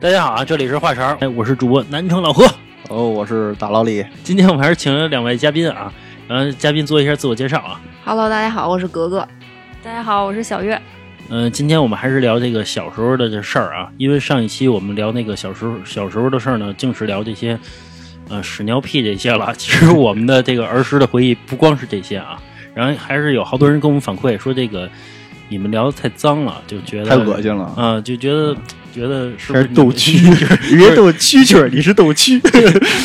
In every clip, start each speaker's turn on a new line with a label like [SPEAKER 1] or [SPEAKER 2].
[SPEAKER 1] 大家好啊，这里是话茬，哎，我是主播南城老何。
[SPEAKER 2] 哦，我是大老李。
[SPEAKER 1] 今天我们还是请了两位嘉宾啊，嗯，嘉宾做一下自我介绍啊。
[SPEAKER 3] Hello，大家好，我是格格。
[SPEAKER 4] 大家好，我是小月。
[SPEAKER 1] 嗯，今天我们还是聊这个小时候的这事儿啊，因为上一期我们聊那个小时候小时候的事儿呢，净是聊这些，呃，屎尿屁这些了。其实我们的这个儿时的回忆不光是这些啊，然后还是有好多人跟我们反馈说这个你们聊的太脏了，就觉得
[SPEAKER 2] 太恶心了
[SPEAKER 1] 啊、就觉得觉得是不
[SPEAKER 2] 还
[SPEAKER 1] 是
[SPEAKER 2] 是斗蛐
[SPEAKER 1] 你们
[SPEAKER 2] 你别斗蛐蛐儿，你是 斗蛐。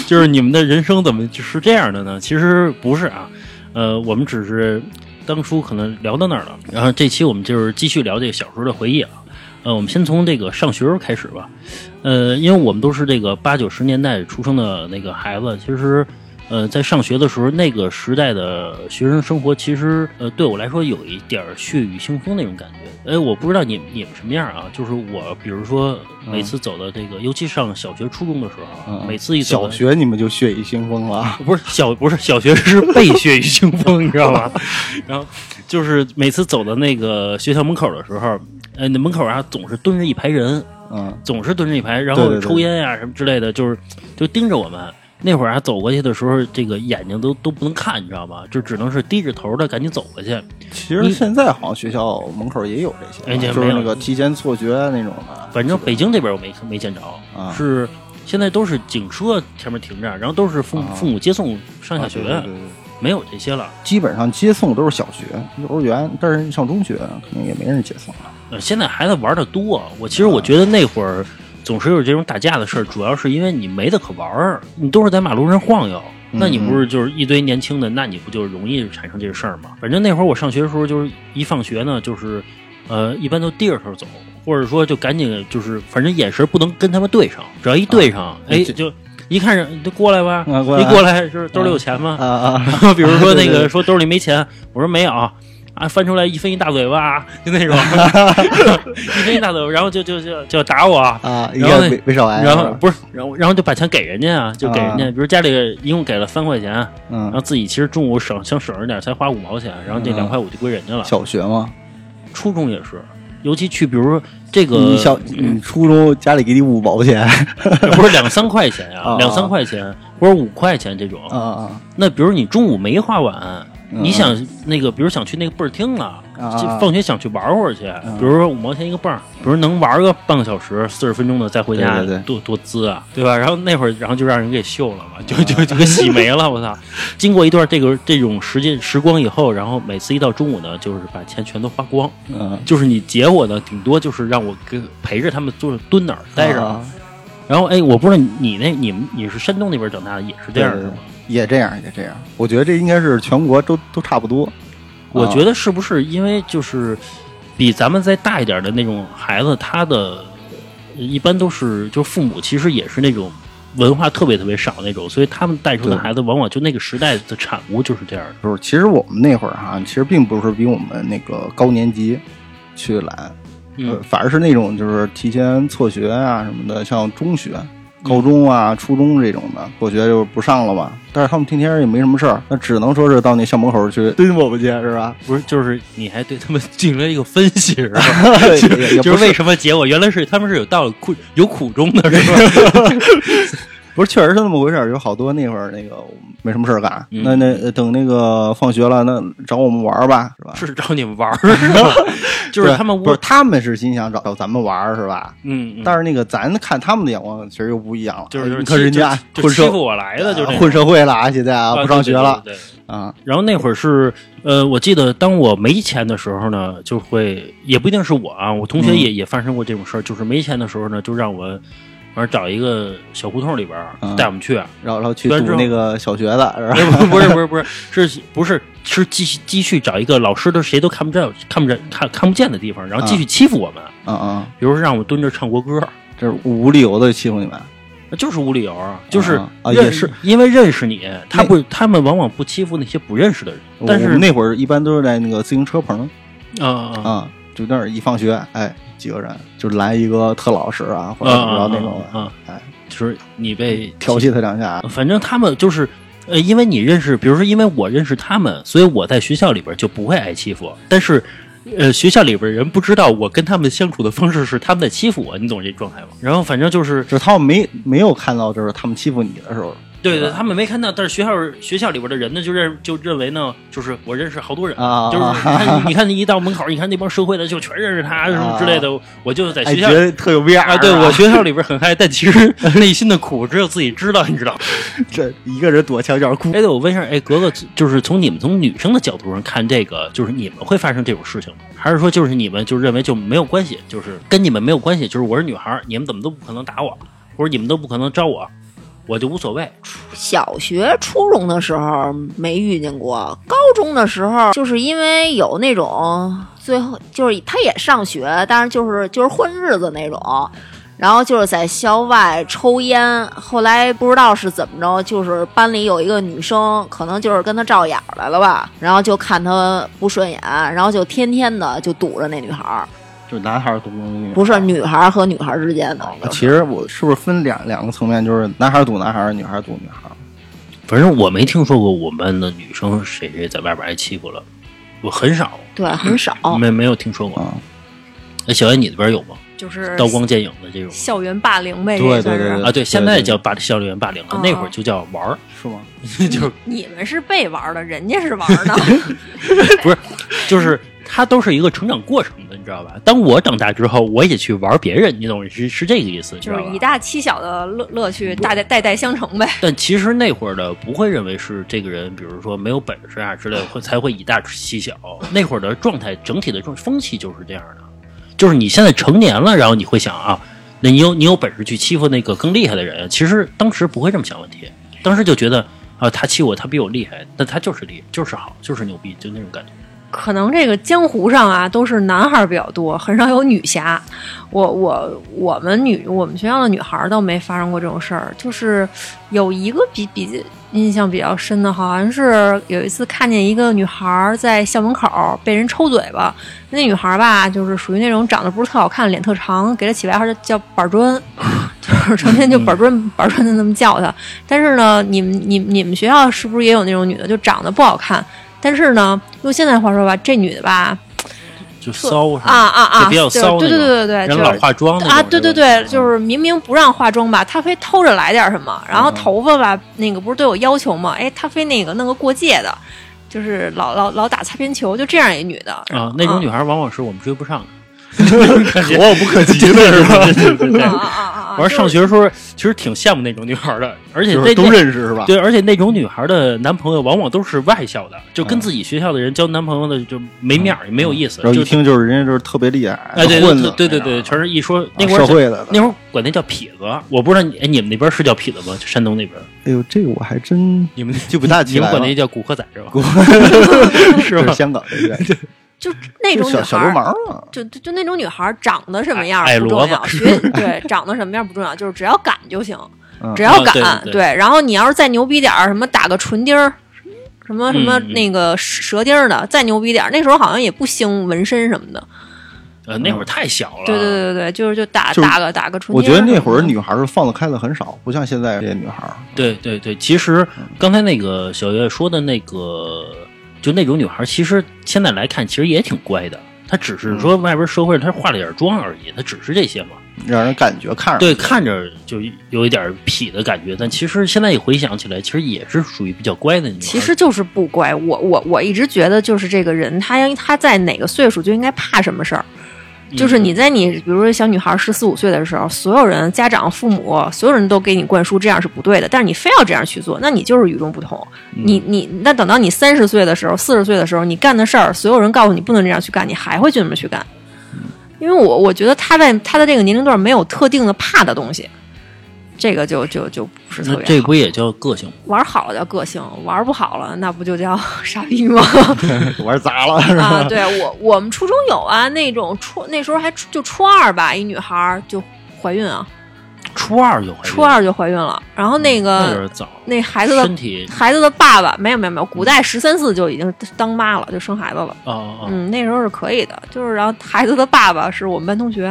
[SPEAKER 1] 就是你们的人生怎么就是这样的呢？其实不是啊，呃，我们只是当初可能聊到那儿了，然后这期我们就是继续聊这个小时候的回忆啊。呃，我们先从这个上学时候开始吧。呃，因为我们都是这个八九十年代出生的那个孩子，其实，呃，在上学的时候，那个时代的学生生活，其实，呃，对我来说有一点儿血雨腥风那种感觉。哎，我不知道你们你们什么样啊？就是我，比如说
[SPEAKER 2] 嗯
[SPEAKER 1] 每次走到这个，尤其上小学、初中的时候啊，每次一走
[SPEAKER 2] 小
[SPEAKER 1] 到
[SPEAKER 2] 学你们就血雨腥风了啊，
[SPEAKER 1] 不是小不是小学是被血雨腥风，你知道吗？ 然后就是每次走到那个学校门口的时候，呃，那门口啊总是蹲着一排人，
[SPEAKER 2] 嗯，
[SPEAKER 1] 总是蹲着一排，然
[SPEAKER 2] 对
[SPEAKER 1] 后
[SPEAKER 2] 对对
[SPEAKER 1] 抽烟呀、什么之类的，就是就盯着我们。那会儿啊，走过去的时候，这个眼睛都都不能看，你知道吗？就只能是低着头的赶紧走过去。
[SPEAKER 2] 其实现在好像学校门口也有这些
[SPEAKER 1] 哎
[SPEAKER 2] 啊，
[SPEAKER 1] 这
[SPEAKER 2] 就是
[SPEAKER 1] 没有
[SPEAKER 2] 那个提前辍学那种的。
[SPEAKER 1] 反正北京这边我没没见着，
[SPEAKER 2] 啊
[SPEAKER 1] 是现在都是警车前面停着，然后都是父、
[SPEAKER 2] 啊
[SPEAKER 1] 父母接送上下学，
[SPEAKER 2] 啊对对对对
[SPEAKER 1] 没有这些了。
[SPEAKER 2] 基本上接送都是小学、幼儿园，但是上中学肯定也没人接送啊了。
[SPEAKER 1] 呃，现在孩子玩的多，我其实我觉得那会儿总是有这种打架的事儿，主要是因为你没得可玩儿，你都是在马路上晃悠，
[SPEAKER 2] 嗯
[SPEAKER 1] 那你不是就是一堆年轻的，那你不就容易产生这个事儿吗？反正那会儿我上学的时候，就是一放学呢，就是呃，一般都低着头走，或者说就赶紧就是，反正眼神不能跟他们对上，只要一对上，哎，
[SPEAKER 2] 啊这
[SPEAKER 1] 就一看人就过来吧，
[SPEAKER 2] 啊过来
[SPEAKER 1] 一过来就是兜里有钱吗？
[SPEAKER 2] 啊啊，
[SPEAKER 1] 比如说那
[SPEAKER 2] 对对
[SPEAKER 1] 个
[SPEAKER 2] 对
[SPEAKER 1] 说兜里没钱，我说没有啊，翻出来一分一大嘴巴，就 那种一分一大嘴巴，然后就就就就打我，
[SPEAKER 2] 啊，一
[SPEAKER 1] 然后
[SPEAKER 2] 个
[SPEAKER 1] 那
[SPEAKER 2] 韦韦少安，
[SPEAKER 1] 然后不是，然后然后就把钱给人家啊，就给人家，
[SPEAKER 2] 啊
[SPEAKER 1] 比如家里一共给了三块钱，然后
[SPEAKER 2] 嗯，
[SPEAKER 1] 自己其实中午省想省着点才花五毛钱，然后这
[SPEAKER 2] 嗯
[SPEAKER 1] 两块五就归人家了。
[SPEAKER 2] 小学嘛，
[SPEAKER 1] 初中也是，尤其去比如说这个
[SPEAKER 2] 你小你初中家里给你五毛钱
[SPEAKER 1] 不是两三块钱呀、
[SPEAKER 2] 啊
[SPEAKER 1] 两三块钱或者五块钱这种，
[SPEAKER 2] 啊啊，
[SPEAKER 1] 那比如你中午没花完，
[SPEAKER 2] 嗯
[SPEAKER 1] 你想那个，比如想去那个倍儿厅了，
[SPEAKER 2] 啊嗯
[SPEAKER 1] 就放学想去玩会儿去，比如说五毛钱一个泵儿，比如能玩个半个小时、四十分钟的再回家，
[SPEAKER 2] 对对对
[SPEAKER 1] 多多滋啊，对吧？然后那会儿，然后就让人给秀了嘛，就就就给洗没了， 我操！经过一段这个这种时间时光以后，然后每次一到中午呢，就是把钱全都花光，
[SPEAKER 2] 嗯，
[SPEAKER 1] 就是你结我呢，顶多就是让我跟陪着他们坐蹲那儿待着。
[SPEAKER 2] 啊
[SPEAKER 1] 然后哎，我不知道你那你们你是山东那边长大的，也是这样
[SPEAKER 2] 对
[SPEAKER 1] 是
[SPEAKER 2] 对
[SPEAKER 1] 吗？
[SPEAKER 2] 也这样，也这样。我觉得这应该是全国都都差不多。
[SPEAKER 1] 我
[SPEAKER 2] 啊
[SPEAKER 1] 觉得是不是因为就是比咱们再大一点的那种孩子，他的呃一般都是就父母其实也是那种文化特别特别少那种，所以他们带出的
[SPEAKER 2] 对
[SPEAKER 1] 孩子往往就那个时代的产物就是这样的。
[SPEAKER 2] 就是其实我们那会儿哈、其实并不是比我们那个高年级去懒，呃
[SPEAKER 1] 嗯，
[SPEAKER 2] 反而是那种就是提前辍学啊什么的，像中学、高中啊、初中这种的，辍学就不上了嘛。但是他们天天也没什么事儿，那只能说是到那校门口去蹲我们去，是 吧？
[SPEAKER 1] 不是，就是你还对他们进行了一个分 析，是吧？
[SPEAKER 2] 也也
[SPEAKER 1] 就
[SPEAKER 2] 不
[SPEAKER 1] 是为
[SPEAKER 2] 是，
[SPEAKER 1] 什么结果原来是他们是有道理苦有苦衷的， 是吧？
[SPEAKER 2] 不是，确实是那么回事儿。有好多那会儿那个没什么事儿干，
[SPEAKER 1] 嗯
[SPEAKER 2] 那那呃等那个放学了，那找我们玩儿吧，是吧？
[SPEAKER 1] 是找你们玩儿，是吧？ 就是
[SPEAKER 2] 对
[SPEAKER 1] 他们屋
[SPEAKER 2] 不是他们是心想找找咱们玩儿是吧？
[SPEAKER 1] 嗯，嗯
[SPEAKER 2] 但是那个咱看他们的眼光其实又不一样了，哎
[SPEAKER 1] 就是就是
[SPEAKER 2] 你看人家
[SPEAKER 1] 就
[SPEAKER 2] 混
[SPEAKER 1] 欺
[SPEAKER 2] 社
[SPEAKER 1] 负我来的，就是
[SPEAKER 2] 啊混社会了啊，现在啊不上学了。
[SPEAKER 1] 对对对对
[SPEAKER 2] 啊，
[SPEAKER 1] 然后那会儿是，呃，我记得当我没钱的时候呢，就会也不一定是我啊，我
[SPEAKER 2] 嗯
[SPEAKER 1] 同学也、也发生过这种事儿，就是没钱的时候呢，就让我反正找一个小胡同里边儿、
[SPEAKER 2] 嗯
[SPEAKER 1] 带我们去，
[SPEAKER 2] 然后然后去
[SPEAKER 1] 对之
[SPEAKER 2] 读
[SPEAKER 1] 后
[SPEAKER 2] 那个小学的是吧？
[SPEAKER 1] 哎不不是不是不是是不是是继续继续找一个老师都谁都看不见看不见看看不见的地方，然后继续欺负我们，
[SPEAKER 2] 嗯嗯，
[SPEAKER 1] 比如说让我蹲着唱国歌，
[SPEAKER 2] 这是无理由的欺负你们，
[SPEAKER 1] 那就是无理由啊，就是
[SPEAKER 2] 啊啊
[SPEAKER 1] 认
[SPEAKER 2] 也是
[SPEAKER 1] 因为认识你，他不他们往往不欺负那些不认识的人，但
[SPEAKER 2] 我
[SPEAKER 1] 是
[SPEAKER 2] 们那会儿一般都是在那个自行车棚
[SPEAKER 1] 啊啊
[SPEAKER 2] 啊，就那儿一放学，哎，几个人就来一个特老实啊，或者怎么着那种
[SPEAKER 1] 啊啊啊
[SPEAKER 2] 的，哎，
[SPEAKER 1] 就是你被
[SPEAKER 2] 调戏他两下，
[SPEAKER 1] 反正他们就是，呃，因为你认识，比如说因为我认识他们，所以我在学校里边就不会挨欺负。但是呃，学校里边人不知道我跟他们相处的方式是他们在欺负我，你懂这状态吗？然后反正就是
[SPEAKER 2] 就是他们没没有看到，就是他们欺负你的时候，
[SPEAKER 1] 对对，
[SPEAKER 2] 吧
[SPEAKER 1] 呃他们没看到，但是学校学校里边的人呢，就认就认为呢，就是我认识好多人，
[SPEAKER 2] 啊
[SPEAKER 1] 就是你看你看一到门口，你看那帮社会的就全认识他什么之类的，我就在
[SPEAKER 2] 哎，
[SPEAKER 1] 学
[SPEAKER 2] 觉
[SPEAKER 1] 校。
[SPEAKER 2] 得特有 VR
[SPEAKER 1] 啊，对我学校里边很嗨，但其实 内心的苦只有自己知道，你知道吗？
[SPEAKER 2] 这一个人躲墙角哭
[SPEAKER 1] 哎，，对，我问一下，哎，格格，就是从你们从女生的角度上看这个，就是你们会发生这种事情吗？还是说就是你们就认为就没有关系，就是跟你们没有关系，就是我是女孩儿，你们怎么都不可能打我，或者你们都不可能招我，我就无所谓。
[SPEAKER 3] 小学、初中的时候没遇见过，高中的时候就是因为有那种最后就是他也上学，但是就是就是混日子那种，然后就是在校外抽烟。后来不知道是怎么着，就是班里有一个女生，可能就是跟他照眼儿来了吧，然后就看他不顺眼，然后就天天的就堵着那女孩儿，
[SPEAKER 2] 就是男孩儿堵女孩儿，
[SPEAKER 3] 不是女孩儿和女孩儿之间的。
[SPEAKER 2] 啊其实我是不是分两两个层面，就是男孩儿堵男孩儿，女孩儿堵女孩儿？
[SPEAKER 1] 反正我没听说过我们班的女生谁谁在外边挨欺负了，我很少，
[SPEAKER 3] 对，很少。
[SPEAKER 4] 哦
[SPEAKER 1] 没没有听说过。
[SPEAKER 2] 啊，
[SPEAKER 1] 哎，小燕，你那边有吗？
[SPEAKER 4] 就是
[SPEAKER 1] 刀光剑影的这种
[SPEAKER 4] 校园霸凌呗，
[SPEAKER 2] 对
[SPEAKER 4] 这算是哦
[SPEAKER 2] 对对对
[SPEAKER 1] 啊？对，现在叫霸校园霸凌了，那会儿就叫玩儿，
[SPEAKER 2] 是吗？
[SPEAKER 1] 就是
[SPEAKER 4] 你们是被玩的，人家是玩 的，
[SPEAKER 1] 就是它都是一个成长过程的，你知道吧？当我长大之后，我也去玩别人，你懂是是这个意思，你知
[SPEAKER 4] 就是
[SPEAKER 1] 道吧
[SPEAKER 4] 以？大欺小的乐乐趣，大代代代相承呗。
[SPEAKER 1] 但其实那会儿的不会认为是这个人，比如说没有本事啊之类的，会才会以大欺小。那会儿的状态，整体的状风气就是这样的，就是你现在成年了，然后你会想啊，那你有你有本事去欺负那个更厉害的人，其实当时不会这么想问题，当时就觉得啊，他欺我，他比我厉害，那他就是厉害，就是好，就是牛逼，就那种感觉。
[SPEAKER 5] 可能这个江湖上啊，都是男孩儿比较多，很少有女侠。我我我们女我们学校的女孩儿倒没发生过这种事儿，就是有一个比比印象比较深的，好像是有一次看见一个女孩儿在校门口儿被人抽嘴巴，那女孩儿吧，就是属于那种长得不是特好看，脸特长，给她起外号儿叫叫板砖， 就是成天就板砖板砖的那么叫她。但是呢，你们你们你们学校是不是也有那种女的，就长得不好看？但是呢，用现在话说吧，这女的吧，
[SPEAKER 1] 就骚是吧
[SPEAKER 5] 啊啊啊，
[SPEAKER 1] 就比较
[SPEAKER 5] 就是
[SPEAKER 1] 骚那种
[SPEAKER 5] 对对对对对，
[SPEAKER 1] 人
[SPEAKER 5] 就
[SPEAKER 1] 老嗯
[SPEAKER 5] 是
[SPEAKER 1] 化妆那种
[SPEAKER 5] 啊，对对
[SPEAKER 1] 吧
[SPEAKER 5] 对，就是明明不让化妆吧，她非偷着来点什么，然后头发吧，那个不是都有要求吗？哎，她非那个弄个过界的，就是老老老打擦边球，就这样一女的
[SPEAKER 1] 啊，那
[SPEAKER 5] 嗯
[SPEAKER 1] 种女孩往往是我们追不上的，
[SPEAKER 2] 可望不可及的
[SPEAKER 1] 对
[SPEAKER 2] 是吧？
[SPEAKER 1] 对对对对
[SPEAKER 5] 啊啊啊啊啊！
[SPEAKER 1] 我
[SPEAKER 5] 就是
[SPEAKER 1] 上学的时候其实挺羡慕那种女孩的，而且
[SPEAKER 2] 就
[SPEAKER 1] 那
[SPEAKER 2] 是都
[SPEAKER 1] 那
[SPEAKER 2] 认识是吧？
[SPEAKER 1] 对，而且那种女孩的男朋友往往都是外校的，就跟自己学校的人交男朋友的就没面儿，也没有意思。
[SPEAKER 2] 嗯然后
[SPEAKER 1] 就
[SPEAKER 2] 一听就是人家就是特别厉害，
[SPEAKER 1] 哎，对
[SPEAKER 2] 混的，
[SPEAKER 1] 对对对对，全是一说那会
[SPEAKER 2] 啊社
[SPEAKER 1] 儿
[SPEAKER 2] 会的。
[SPEAKER 1] 那会儿管那叫痞子，我不知道你哎你们那边是叫痞子吗？就山东那边，
[SPEAKER 2] 哎呦，这个我还真
[SPEAKER 1] 你们
[SPEAKER 2] 就不大
[SPEAKER 1] 你
[SPEAKER 2] 清
[SPEAKER 1] 们
[SPEAKER 2] 楚
[SPEAKER 1] 管 那叫古惑仔是吧？是
[SPEAKER 2] 这
[SPEAKER 1] 吧
[SPEAKER 2] 是？香港这边，
[SPEAKER 5] 就那种女
[SPEAKER 2] 小
[SPEAKER 5] 孩
[SPEAKER 2] 小流
[SPEAKER 5] 儿。
[SPEAKER 2] 氓啊，
[SPEAKER 5] 就就就那种女孩儿长得什么样
[SPEAKER 1] 矮
[SPEAKER 5] 儿不重
[SPEAKER 1] 哎矮萝
[SPEAKER 5] 要，
[SPEAKER 1] 卜
[SPEAKER 5] 学对长得什么样儿不重要，就是只要敢就行
[SPEAKER 2] 嗯，
[SPEAKER 5] 只要
[SPEAKER 1] 啊
[SPEAKER 5] 敢
[SPEAKER 1] 对对对
[SPEAKER 5] 然后你要是再牛逼点儿，什么打个唇钉儿，什么什么
[SPEAKER 1] 嗯嗯
[SPEAKER 5] 那个舌钉儿的，再牛逼点儿，那时候好像也不兴纹身什么的。
[SPEAKER 1] 呃，那会儿太小了，
[SPEAKER 5] 对对对对对，就是就打
[SPEAKER 2] 就是
[SPEAKER 5] 打个打个唇钉。
[SPEAKER 2] 我觉得那会儿。女孩儿放得开的很少，不像现在这些女孩儿。
[SPEAKER 1] 对对对，其实刚才那个小月说的那个，就那种女孩，其实现在来看，其实也挺乖的。她只是说
[SPEAKER 5] 嗯
[SPEAKER 1] 外边社会，她化了点妆而已，她只是这些嘛。
[SPEAKER 2] 让人感觉
[SPEAKER 5] 嗯
[SPEAKER 2] 看着
[SPEAKER 1] 对，看着就有一点痞的感觉，但其实现在一回想起来，其实也是属于比较乖的女孩。
[SPEAKER 5] 其实就是不乖，我我我一直觉得就是这个人，他应他在哪个岁数就应该怕什么事儿，
[SPEAKER 1] 嗯
[SPEAKER 5] 就是你在你比如说小女孩十四五岁的时候，所有人、家长、父母，所有人都给你灌输这样是不对的，但是你非要这样去做，那你就是与众不同。
[SPEAKER 1] 嗯
[SPEAKER 5] 你你那等到你三十岁的时候、四十岁的时候，你干的事儿，所有人告诉你不能这样去干，你还会去那么去干。
[SPEAKER 1] 嗯
[SPEAKER 5] 因为我我觉得他在他的这个年龄段没有特定的怕的东西，这个就就就不是特
[SPEAKER 1] 那
[SPEAKER 5] 别好。
[SPEAKER 1] 这不也叫个性吗？
[SPEAKER 5] 玩好了叫个性，玩不好了那不就叫 傻 逼吗？
[SPEAKER 2] 玩砸了是
[SPEAKER 5] 啊，
[SPEAKER 2] 吧？
[SPEAKER 5] 对我我们初中有啊，那种初那时候还初就初二吧，一女孩儿就怀孕啊，
[SPEAKER 1] 初二就怀孕
[SPEAKER 5] 初二就怀孕了，然后那
[SPEAKER 1] 那有点
[SPEAKER 5] 个
[SPEAKER 1] 早，
[SPEAKER 5] 那孩子的
[SPEAKER 1] 身体
[SPEAKER 5] 孩子的爸爸没有没有没有，古代十三四就已经当妈了，就生孩子了。
[SPEAKER 1] 啊啊
[SPEAKER 5] 嗯，那时候是可以的，就是然后孩子的爸爸是我们班同学，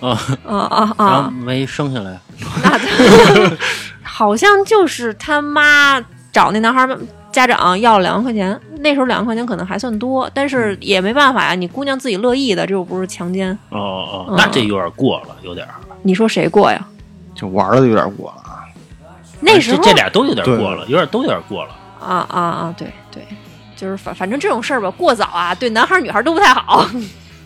[SPEAKER 5] 啊
[SPEAKER 1] 啊
[SPEAKER 5] 啊
[SPEAKER 1] 啊，然后
[SPEAKER 5] 啊，
[SPEAKER 1] 没生下来，
[SPEAKER 5] 那 他好像就是他妈找那男孩儿家长要了两万块钱，那时候两万块钱可能还算多，但是也没办法呀，你姑娘自己乐意的，这又不是强奸。
[SPEAKER 1] 哦哦，那这
[SPEAKER 5] 嗯
[SPEAKER 1] 有点过了，有点儿。
[SPEAKER 5] 你说谁过呀？
[SPEAKER 2] 就玩的有点过了啊。
[SPEAKER 5] 那时候
[SPEAKER 1] 啊这这俩都有点过了，有点都有点过了。
[SPEAKER 5] 啊啊啊！对对，就是反反正这种事儿吧，过早啊，对男孩儿女孩儿都不太好。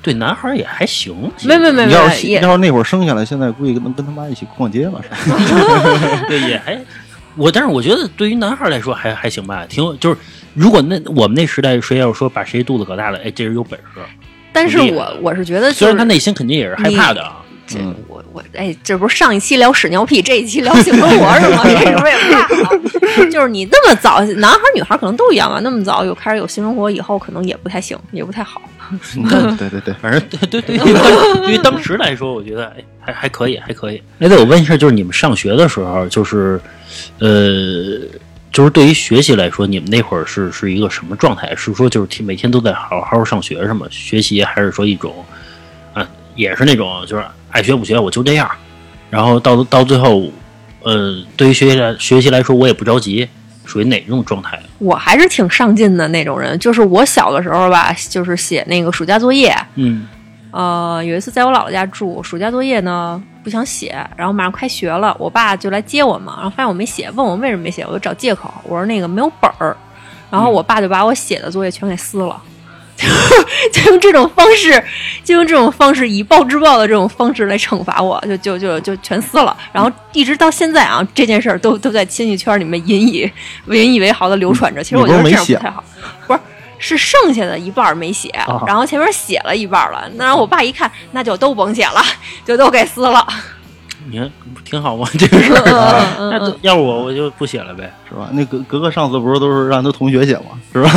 [SPEAKER 1] 对男孩儿也还行，
[SPEAKER 5] 没没没
[SPEAKER 2] 你
[SPEAKER 5] 没
[SPEAKER 2] 要，是
[SPEAKER 5] 也
[SPEAKER 2] 要是那会儿生下来，现在估计能跟他妈一起逛街了，是吧？
[SPEAKER 1] 对，也还我，但是我觉得对于男孩儿来说还还行吧，挺有就是，如果那我们那时代谁要说把谁肚子搞大了，哎，这人有本事。
[SPEAKER 5] 但是
[SPEAKER 1] 挺厉害
[SPEAKER 5] 我
[SPEAKER 1] 的
[SPEAKER 5] 我是觉得、就是，
[SPEAKER 1] 虽然他内心肯定也是害怕的啊，
[SPEAKER 5] 这
[SPEAKER 2] 嗯
[SPEAKER 5] 我我哎，这不是上一期聊屎尿屁，这一期聊性生活是吗？这是不是也不太好？就是你那么早，男孩儿女孩儿可能都一样啊，那么早有开始有性生活以后，可能也不太行，也不太好。
[SPEAKER 2] 对对对，
[SPEAKER 1] 反正对对 对，对于当对于当时来说，我觉得哎还还可以，还可以。哎，对，我问一下，就是你们上学的时候，就是呃，就是对于学习来说，你们那会儿是是一个什么状态？是说就是天每天都在好好上学什么学习，还是说一种啊，也是那种就是爱学不学，我就这样。然后到到最后，呃，对于学习来学习来说，我也不着急，属于哪种状态？
[SPEAKER 5] 我还是挺上进的那种人，就是我小的时候吧，就是写那个暑假作业，
[SPEAKER 1] 嗯
[SPEAKER 5] 呃，有一次在我姥姥家住，暑假作业呢不想写，然后马上开学了，我爸就来接我嘛，然后发现我没写，问我为什么没写，我就找借口，我说那个没有本儿，然后我爸就把我写的作业全给撕了。 就用这种方式，就用这种方式以暴制暴的这种方式来惩罚我，就就就就全撕了。然后一直到现在啊，这件事儿都都在亲戚圈里面引以引以为豪的流传着。其实我
[SPEAKER 2] 你
[SPEAKER 5] 觉
[SPEAKER 2] 不是
[SPEAKER 5] 得这样
[SPEAKER 2] 没写
[SPEAKER 5] 不太好，不是是剩下的一半儿没写，
[SPEAKER 2] 啊
[SPEAKER 5] 然后前面写了一半儿了。那我爸一看，那就都甭写了， 就都给撕了。
[SPEAKER 1] 你看挺好吗？这个事儿，
[SPEAKER 5] 嗯
[SPEAKER 1] 那
[SPEAKER 5] 嗯
[SPEAKER 1] 都要不我我就不写了 呗。
[SPEAKER 2] 是吧？那格格格上次不是都是让他同学写吗？是吧？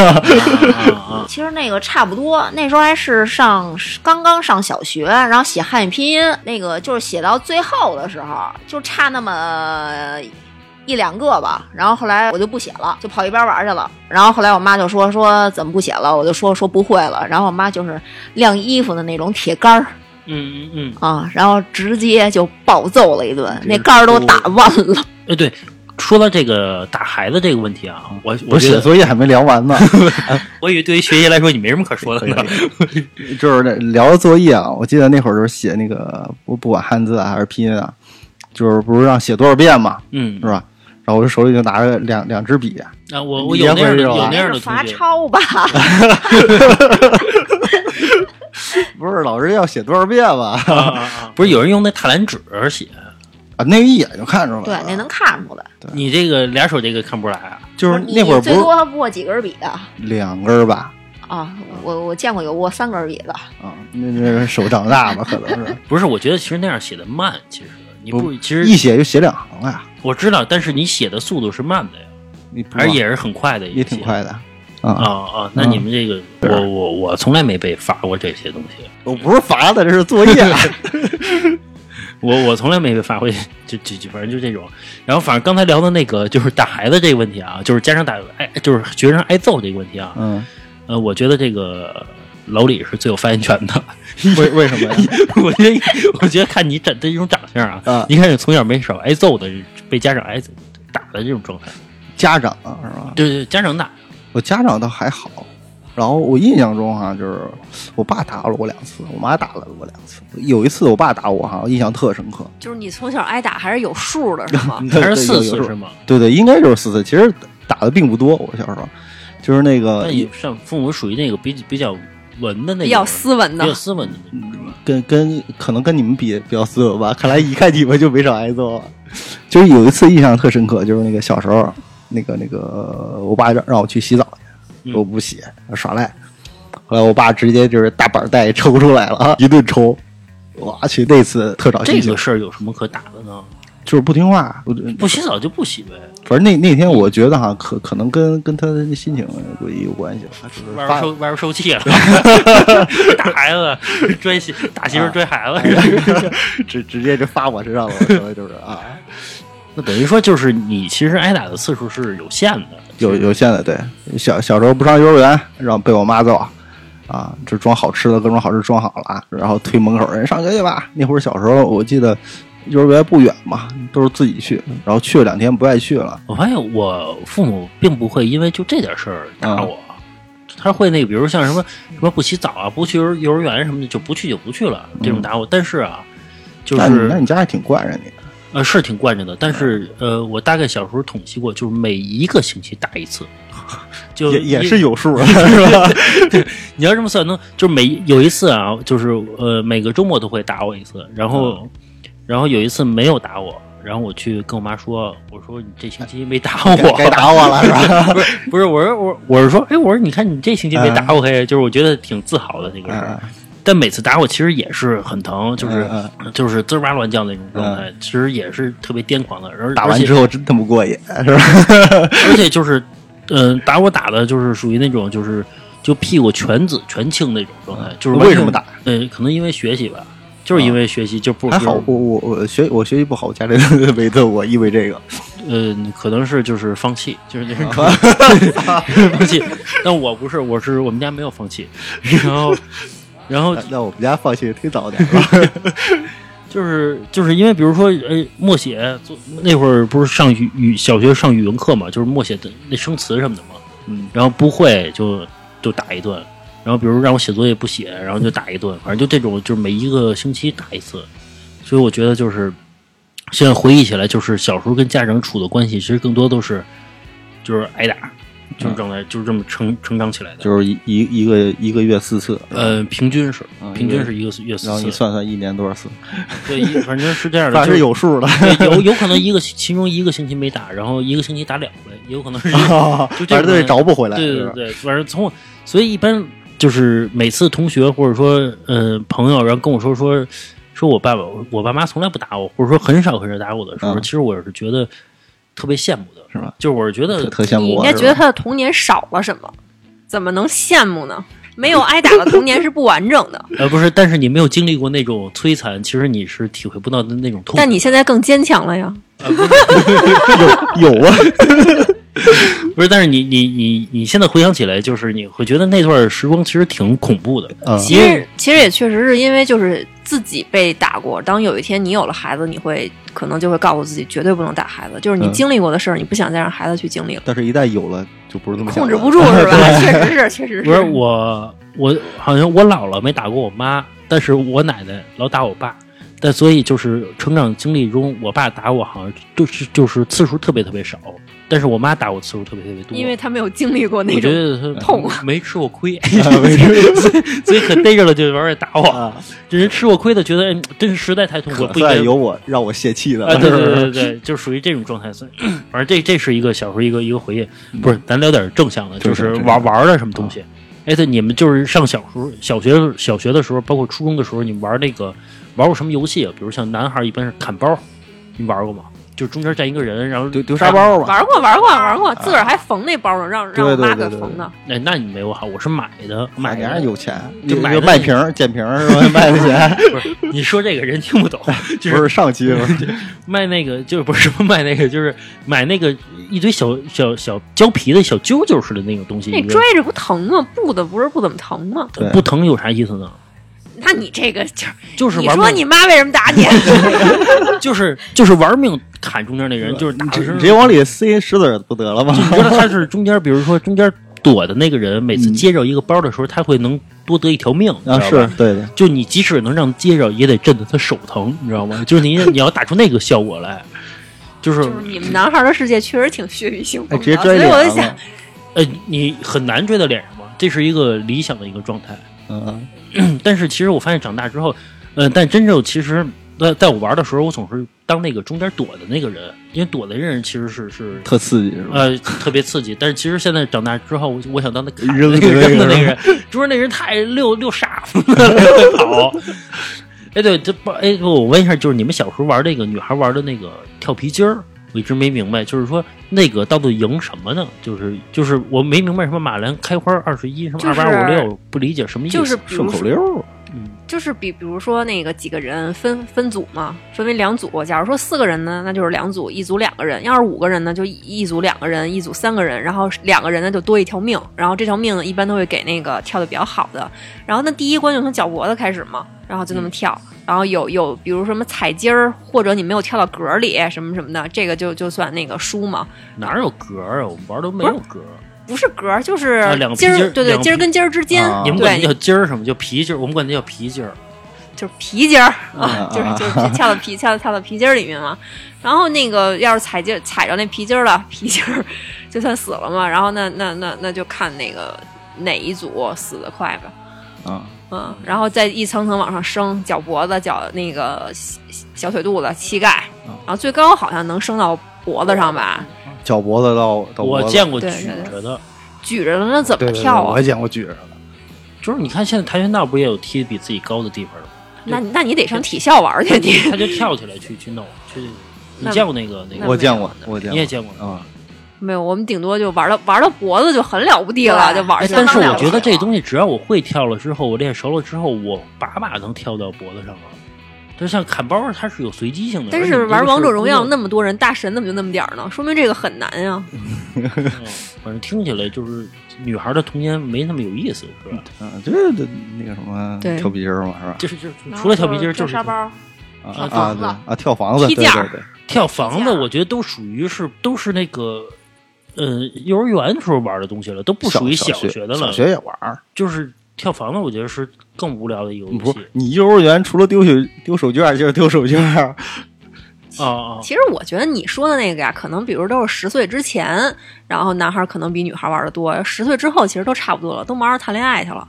[SPEAKER 1] 啊
[SPEAKER 3] 其实那个差不多，那时候还是上刚刚上小学，然后写汉语拼音，那个就是写到最后的时候，就差那么一两个吧。然后后来我就不写了，就跑一边玩去了。然后后来我妈就说说怎么不写了，我就说说不会了。然后我妈就是晾衣服的那种铁杆儿
[SPEAKER 1] 嗯嗯嗯，
[SPEAKER 3] 啊，然后直接就暴揍了一顿，
[SPEAKER 2] 直
[SPEAKER 3] 那杆儿都打弯了。
[SPEAKER 1] 哎对，说到这个打孩子这个问题啊，我
[SPEAKER 2] 我
[SPEAKER 1] 我觉
[SPEAKER 2] 写
[SPEAKER 1] 得
[SPEAKER 2] 作业还没聊完呢，
[SPEAKER 1] 我以为对于学习来说你没什么可说的呢。
[SPEAKER 2] 就是这聊作业啊。我记得那会儿就是写那个不不管汉字啊还是拼音啊，就是不是让写多少遍嘛，
[SPEAKER 1] 嗯
[SPEAKER 2] 是，吧？然后我这手里就拿着两两支笔，
[SPEAKER 1] 啊我我有那样的有那样的同
[SPEAKER 3] 罚
[SPEAKER 1] 学，
[SPEAKER 3] 抄吧，
[SPEAKER 2] 不是老师要写多少遍吧？
[SPEAKER 1] 啊 啊啊不是有人用那踏蓝纸写，
[SPEAKER 2] 啊，那个一眼就看出来了。
[SPEAKER 3] 对，那能看出来。
[SPEAKER 1] 你这个俩手这个看不出来啊。
[SPEAKER 2] 就是那会儿不
[SPEAKER 3] 你最
[SPEAKER 2] 是
[SPEAKER 3] 多握几根笔的
[SPEAKER 2] 两根儿吧？
[SPEAKER 3] 啊？我我见过有握三根笔的。
[SPEAKER 2] 啊，那那手长大吧，可能是
[SPEAKER 1] 不是，我觉得其实那样写的慢，其实你不
[SPEAKER 2] 不
[SPEAKER 1] 其实
[SPEAKER 2] 一写就写两行了呀。
[SPEAKER 1] 我知道，但是你写的速度是慢的呀，
[SPEAKER 2] 你不
[SPEAKER 1] 还是也是很快的，
[SPEAKER 2] 也挺快的
[SPEAKER 1] 啊
[SPEAKER 2] 啊！
[SPEAKER 1] 啊。那你们这个，我我我从来没被罚过这些东西。
[SPEAKER 2] 我不是罚的，这是作业。
[SPEAKER 1] 我我从来没被发挥，就就就反正就这种。然后反正刚才聊的那个就是打孩子这个问题啊，就是家长打挨，就是学生挨揍这个问题啊。
[SPEAKER 2] 嗯，
[SPEAKER 1] 呃，我觉得这个老李是最有发言权的。
[SPEAKER 2] 为为什么呀？
[SPEAKER 1] 我觉得我觉得看你长这种长相啊，
[SPEAKER 2] 啊
[SPEAKER 1] 一看你从小没少挨揍的，被家长挨揍打的这种状态。
[SPEAKER 2] 家长啊是吧？
[SPEAKER 1] 对对，家长打
[SPEAKER 2] 我家长倒还好，然后我印象中哈、啊就是我爸打了我两次，我妈打了我两次。有一次我爸打我哈、我印象特深刻。
[SPEAKER 5] 就是你从小挨打还是有数的，是 吗？
[SPEAKER 1] 还是四
[SPEAKER 2] 对
[SPEAKER 1] 次
[SPEAKER 2] 有时
[SPEAKER 1] 是
[SPEAKER 2] 候
[SPEAKER 1] 吗？
[SPEAKER 2] 对对，应该就是四次。其实打的并不多，我小时候就是那
[SPEAKER 1] 那
[SPEAKER 2] 个
[SPEAKER 1] 你上父母属于那个比比较文的那种，
[SPEAKER 5] 比较斯文
[SPEAKER 1] 比
[SPEAKER 5] 的
[SPEAKER 1] 较，斯文的那种，是吧？
[SPEAKER 2] 跟跟可能跟你们比比较斯文吧，看来一看你们就没少挨揍。 就是有一次印象特深刻，就是那个小时候，那个那个我爸让让我去洗澡去，
[SPEAKER 1] 嗯
[SPEAKER 2] 我不洗，耍赖。后来我爸直接就是大板带抽出来了啊，一顿抽。我去，那次特找
[SPEAKER 1] 这
[SPEAKER 2] 心情
[SPEAKER 1] 个，事儿有什么可打的呢？
[SPEAKER 2] 就是不听话。我就
[SPEAKER 1] 不洗澡就不洗呗。
[SPEAKER 2] 反正那那天我觉得哈，可可能跟跟他的心情估计有关系吧。就是
[SPEAKER 1] 外边
[SPEAKER 2] 发
[SPEAKER 1] 受外边受气 了，打孩子追媳打媳妇儿追孩子，
[SPEAKER 2] 哎 直直接就发我身上了，我觉得就是啊，
[SPEAKER 1] 那等于说就是你其实挨打的次数是有限的，
[SPEAKER 2] 有有限的，对。小小时候不上幼儿园，然后被我妈揍，啊，就装好吃的，各种好吃装好了啊，然后推门口人上学去吧。那会儿小时候，我记得幼儿园不远嘛，都是自己去，然后去了两天不爱去了。啊
[SPEAKER 1] 我发现我父母并不会因为就这点事儿打我，他会那个，比如像什么什么不洗澡啊，不去幼儿幼儿园什么的，就不去就不去了这种打我。但是啊，就
[SPEAKER 2] 嗯那你那
[SPEAKER 1] 是
[SPEAKER 2] 你家还挺惯着你的，
[SPEAKER 1] 呃是挺惯着的，但是呃，我大概小时候统计过，就是每一个星期打一次， 就
[SPEAKER 2] 也也是
[SPEAKER 1] 有。
[SPEAKER 2] 有数啊的，是吧？
[SPEAKER 1] 你要这么算，能就是每有一次啊，就是呃每个周末都会打我一次，然后、
[SPEAKER 2] 嗯
[SPEAKER 1] 然后有一次没有打我，然后我去跟我妈说，我说你这星期没打我，
[SPEAKER 2] 该打我了是吧？
[SPEAKER 1] 不 是不是，我说我我是说，哎，我说你看你这星期没打我，嘿、就是我觉得挺自豪的那个事
[SPEAKER 2] 哎
[SPEAKER 1] 儿。但每次打我其实也是很疼，就是、
[SPEAKER 2] 嗯
[SPEAKER 1] 就是滋儿哇乱叫那种状态，其实也是特别癫狂的。而
[SPEAKER 2] 打完之
[SPEAKER 1] 后，
[SPEAKER 2] 后真他妈过瘾，是吧？
[SPEAKER 1] 而且就是，嗯、打我打的就是属于那种就是就屁股全紫全青那种状态，就是完全
[SPEAKER 2] 为什么打？
[SPEAKER 1] 呃，可能因为学习吧，就是因为学习就不
[SPEAKER 2] 还好，我我我学我学习不好，我家里人围着我，因为这 个
[SPEAKER 1] 嗯，可能是就是放弃，就是那种
[SPEAKER 2] 啊
[SPEAKER 1] 放弃。 但我不是，我是我们家没有放弃，然后，然后
[SPEAKER 2] 那那我们家放学忒早点了，
[SPEAKER 1] 就是就是因为比如说，呃，默写做那会儿不是上语语小学上语文课嘛，就是默写的那生词什么的嘛，
[SPEAKER 2] 嗯，
[SPEAKER 1] 然后不会就就打一顿，然后比如让我写作业不写，然后就打一顿，反正就这种，就是每一个星期打一次，所以我觉得就是现在回忆起来，就是小时候跟家长处的关系，其实更多都是就是挨打，就是状态，就是这么成成长起来的。
[SPEAKER 2] 嗯就是一一一个一个月四次，
[SPEAKER 1] 呃，平均是
[SPEAKER 2] 嗯
[SPEAKER 1] 平均是一个月四
[SPEAKER 2] 然后你
[SPEAKER 1] 次，
[SPEAKER 2] 算算一年多少次，
[SPEAKER 1] 对，一反正是这样的，
[SPEAKER 2] 反
[SPEAKER 1] 就
[SPEAKER 2] 正是有数的。
[SPEAKER 1] 对， 有有可能一个星其中一个星期没打，然后一个星期打两回，也有可能 是就
[SPEAKER 2] 啊反
[SPEAKER 1] 这
[SPEAKER 2] 正
[SPEAKER 1] 种
[SPEAKER 2] 得找不回来，
[SPEAKER 1] 对
[SPEAKER 2] 是
[SPEAKER 1] 对
[SPEAKER 2] 吧
[SPEAKER 1] 对，反正从我所以一般就是每次同学或者说呃朋友，然后跟我说说说我爸爸我爸妈从来不打我，或者说很少很少打我的时候，
[SPEAKER 2] 嗯
[SPEAKER 1] 其实我是觉得特别羡慕的，
[SPEAKER 2] 是吧？
[SPEAKER 1] 就是我是觉得
[SPEAKER 2] 特特羡
[SPEAKER 5] 你
[SPEAKER 2] 慕
[SPEAKER 5] 应
[SPEAKER 2] 我，
[SPEAKER 5] 该
[SPEAKER 2] 是
[SPEAKER 5] 觉
[SPEAKER 2] 吧
[SPEAKER 5] 得他的童年少了什么，怎么能羡慕呢？没有挨打的童年是不完整的，
[SPEAKER 1] 呃不是，但是你没有经历过那种摧残，其实你是体会不到的那种痛苦。
[SPEAKER 5] 但你现在更坚强了呀。
[SPEAKER 2] 有啊，
[SPEAKER 1] 不是，但是你你你你现在回想起来，就是你会觉得那段时光其实挺恐怖的。
[SPEAKER 2] 嗯
[SPEAKER 5] 其实其实也确实是因为就是自己被打过，当有一天你有了孩子，你会可能就会告诉自己绝对不能打孩子，就是你
[SPEAKER 2] 嗯
[SPEAKER 5] 经历过的事儿，你不想再让孩子去经历了，
[SPEAKER 2] 但是一旦有了就不是那么想
[SPEAKER 5] 控
[SPEAKER 2] 了
[SPEAKER 5] 制不住是吧？确实是，确实
[SPEAKER 1] 不是
[SPEAKER 5] 是。
[SPEAKER 1] 我，我好像我姥姥没打过我妈，但是我奶奶老打我爸。但所以就是成长经历中，我爸打我好像就是就是次数特别特别少，但是我妈打我次数特别特别多。
[SPEAKER 5] 因为他没有经历过那
[SPEAKER 1] 我觉
[SPEAKER 5] 种，
[SPEAKER 1] 得他
[SPEAKER 5] 痛啊
[SPEAKER 1] 没吃过亏，
[SPEAKER 2] 啊没事，
[SPEAKER 1] 所以可逮着了就玩意儿打我。
[SPEAKER 2] 啊
[SPEAKER 1] 这人吃过亏的觉得，哎真是实在太痛苦，
[SPEAKER 2] 可
[SPEAKER 1] 了，不应该
[SPEAKER 2] 算有我让我泄气的
[SPEAKER 1] 啊，
[SPEAKER 2] 了，
[SPEAKER 1] 对
[SPEAKER 2] 是不
[SPEAKER 1] 对
[SPEAKER 2] 是
[SPEAKER 1] 对对对，就属于这种状态。所以，反正这这是一个小时候一个一个回忆，不是，咱聊点正向的，
[SPEAKER 2] 嗯正
[SPEAKER 1] 就
[SPEAKER 2] 向
[SPEAKER 1] 是
[SPEAKER 2] 正
[SPEAKER 1] 玩
[SPEAKER 2] 向啊
[SPEAKER 1] 玩的什么东西。哎，对，你们就是上小时候、小学、小学的时候，包括初中的时候，你们玩那个玩过什么游戏啊？比如像男孩一般是砍包，你玩过吗？就中间站一个人，然后
[SPEAKER 2] 丢丢
[SPEAKER 1] 沙
[SPEAKER 2] 沙。包吧，
[SPEAKER 5] 玩过玩过玩过，自个儿还缝那包呢，让让我妈给缝的。
[SPEAKER 1] 哎，那你没我好，我是买的，买
[SPEAKER 2] 你还
[SPEAKER 1] 的
[SPEAKER 2] 啊是。有钱，
[SPEAKER 1] 就
[SPEAKER 2] 你
[SPEAKER 1] 买
[SPEAKER 2] 就
[SPEAKER 1] 的
[SPEAKER 2] 卖瓶儿捡瓶儿是吧？ 卖的钱
[SPEAKER 1] 不是，你说这个人听不懂， 就
[SPEAKER 2] 不是上期吗？
[SPEAKER 1] 卖那个就是不是卖那个，就是买那个一堆小小小胶皮的小揪揪似的那种东西。
[SPEAKER 5] 那
[SPEAKER 1] 一个
[SPEAKER 5] 拽着不疼吗？布的不是不怎么疼吗？
[SPEAKER 2] 对
[SPEAKER 1] 不疼有啥意思呢？
[SPEAKER 5] 那你这个就是
[SPEAKER 1] 就是
[SPEAKER 5] 你
[SPEAKER 1] 玩
[SPEAKER 5] 说
[SPEAKER 1] 命，
[SPEAKER 5] 你妈为什么打你？
[SPEAKER 1] 就是就是玩命砍中间那人，就是打
[SPEAKER 2] 你
[SPEAKER 1] 的时候
[SPEAKER 2] 直接往里塞石子不得了吗？
[SPEAKER 1] 你觉得他是中间，比如说中间躲的那个人，每次接着一个包的时候，他会能多得一条命，你知道
[SPEAKER 2] 啊，
[SPEAKER 1] 吧
[SPEAKER 2] 是。对
[SPEAKER 5] 哦
[SPEAKER 2] 的，
[SPEAKER 1] 就你即使能让接着，也得震得他手疼，你知道吗？就是你 你要打出那个效果来，就是
[SPEAKER 5] 就是你们男孩的世界确实挺血雨腥
[SPEAKER 2] 哎，
[SPEAKER 5] 风
[SPEAKER 2] 直接拽
[SPEAKER 5] 的，啊所以
[SPEAKER 2] 脸
[SPEAKER 5] 我就
[SPEAKER 2] 了
[SPEAKER 5] 想，，
[SPEAKER 1] 呃，你很难追到脸上嘛，这是一个理想的一个状态。
[SPEAKER 2] 嗯，
[SPEAKER 1] 但是其实我发现长大之后，呃，但真正其实在在我玩的时候，我总是当那个中间躲的那个人，因为躲的人其实是是
[SPEAKER 2] 特刺激是吧？
[SPEAKER 1] 呃，特别刺激。但是其实现在长大之后，我我想当那砍
[SPEAKER 2] 扔
[SPEAKER 1] 那
[SPEAKER 2] 的 那个
[SPEAKER 1] 扔的那个
[SPEAKER 2] 人
[SPEAKER 1] 人，主要那人太溜溜傻子了，会跑。哎，对，这不，哎，我问一下，就是你们小时候玩那个女孩玩的那个跳皮筋儿，我一直没明白，就是说那个到底赢什么呢？就是就是我没明白什么马兰开花二十一，什么
[SPEAKER 5] 就
[SPEAKER 1] 二
[SPEAKER 5] 是
[SPEAKER 1] 八五六，不理解什么意思。
[SPEAKER 5] 就是比
[SPEAKER 2] 顺
[SPEAKER 5] 如
[SPEAKER 2] 口
[SPEAKER 5] 说
[SPEAKER 2] 溜儿，
[SPEAKER 5] 就是比比如说那个几个人分分组嘛，分为两组。假如说四个人呢，那就是两组，一组两个人；要是五个人呢，就一一组两个人，一组三个人。然后两个人呢就多一条命，然后这条命呢一般都会给那个跳的比较好的。然后那第一关就从脚脖子开始嘛，然后就
[SPEAKER 1] 嗯
[SPEAKER 5] 那么跳。然后有有比如什么踩筋儿，或者你没有跳到格儿里什么什么的，这个就就算那个输嘛。
[SPEAKER 1] 哪有格儿啊？我们玩都没有格儿。
[SPEAKER 5] 不是格儿，就是
[SPEAKER 1] 啊两个皮
[SPEAKER 5] 筋
[SPEAKER 1] 筋
[SPEAKER 5] 儿，
[SPEAKER 1] 儿
[SPEAKER 5] 对对，
[SPEAKER 1] 两个
[SPEAKER 5] 筋儿跟筋儿之间
[SPEAKER 2] 啊，
[SPEAKER 1] 你们管那
[SPEAKER 5] 对
[SPEAKER 1] 叫，筋儿什么？叫皮筋儿，我们管那叫皮筋儿。
[SPEAKER 5] 就是皮筋儿
[SPEAKER 2] 啊
[SPEAKER 6] 嗯
[SPEAKER 5] 啊，就是
[SPEAKER 2] 啊
[SPEAKER 5] 就是跳到皮跳到跳到皮筋儿里面嘛。然后那个要是踩筋踩着那皮筋儿了，皮筋儿 就算死了嘛。然后那那那那就看那个哪一组死得快吧。
[SPEAKER 2] 啊，
[SPEAKER 5] 嗯，然后再一层层往上升，脚脖子、脚那个小小腿肚子、膝盖，
[SPEAKER 6] 嗯
[SPEAKER 5] 然后最高好像能升到脖子上吧。
[SPEAKER 2] 脚脖子到到脖
[SPEAKER 1] 我
[SPEAKER 2] 子，
[SPEAKER 1] 见过举
[SPEAKER 5] 对对对
[SPEAKER 1] 着的，
[SPEAKER 5] 举着那怎
[SPEAKER 6] 对
[SPEAKER 5] 么
[SPEAKER 6] 对对，
[SPEAKER 5] 跳
[SPEAKER 6] 我
[SPEAKER 5] 啊
[SPEAKER 6] 还？见过举着的，
[SPEAKER 1] 就是你看现在跆拳道不也有踢比自己高的地方了吗？
[SPEAKER 5] 那那你得上体校玩儿去，你
[SPEAKER 1] 他就跳起来去去弄去。你
[SPEAKER 5] 那
[SPEAKER 1] 见过那个那个？
[SPEAKER 2] 我见过，我见
[SPEAKER 1] 你也
[SPEAKER 2] 过
[SPEAKER 1] 见过。
[SPEAKER 2] 啊，
[SPEAKER 5] 没有，我们顶多就玩到玩到脖子就很了不地了，
[SPEAKER 3] 对
[SPEAKER 5] 就玩
[SPEAKER 1] 哎，
[SPEAKER 5] 儿
[SPEAKER 1] 但是
[SPEAKER 5] 相当
[SPEAKER 1] 我
[SPEAKER 5] 了不
[SPEAKER 1] 觉得
[SPEAKER 5] 地
[SPEAKER 1] 这
[SPEAKER 5] 了
[SPEAKER 1] 东西只要我会跳了之后，我练熟了之后，我把把能跳到脖子上了。就像砍包，它是有随机性的。
[SPEAKER 5] 但
[SPEAKER 1] 而且你
[SPEAKER 5] 是
[SPEAKER 1] 这
[SPEAKER 5] 玩
[SPEAKER 1] 个
[SPEAKER 5] 王
[SPEAKER 1] 是
[SPEAKER 5] 者荣耀
[SPEAKER 1] 公
[SPEAKER 5] 那么多人，大神怎么就那么点儿呢？说明这个很难呀。
[SPEAKER 1] 用的，嗯反正听起来就是女孩的童年没那么有意思，是吧？
[SPEAKER 2] 嗯，这这那个什么
[SPEAKER 5] 对
[SPEAKER 2] 跳皮筋儿嘛，是吧？
[SPEAKER 1] 就是就是嗯除了跳皮筋儿，
[SPEAKER 3] 跳
[SPEAKER 1] 就是
[SPEAKER 3] 沙包，
[SPEAKER 2] 啊
[SPEAKER 3] 跳
[SPEAKER 2] 啊
[SPEAKER 3] 房
[SPEAKER 2] 对
[SPEAKER 3] 子
[SPEAKER 2] 啊，跳房子，
[SPEAKER 5] 踢
[SPEAKER 2] 对
[SPEAKER 5] 毽儿
[SPEAKER 2] 对对，
[SPEAKER 1] 跳房子，
[SPEAKER 5] 架
[SPEAKER 1] 我觉得都属于是都是那个，呃，幼儿园时候玩的东西了，都不属于
[SPEAKER 2] 小
[SPEAKER 1] 学的
[SPEAKER 2] 小
[SPEAKER 1] 了。
[SPEAKER 2] 学也玩儿，
[SPEAKER 1] 就是跳房子，我觉得是更无聊的一个游
[SPEAKER 2] 不
[SPEAKER 1] 戏。
[SPEAKER 2] 你幼儿园除了丢手丢手绢儿就是丢手绢
[SPEAKER 1] 啊
[SPEAKER 2] 儿，
[SPEAKER 1] 啊，
[SPEAKER 5] 其实我觉得你说的那个呀，可能比如都是十岁之前，然后男孩儿可能比女孩儿玩的多；十岁之后，其实都差不多了，都忙着谈恋爱去了。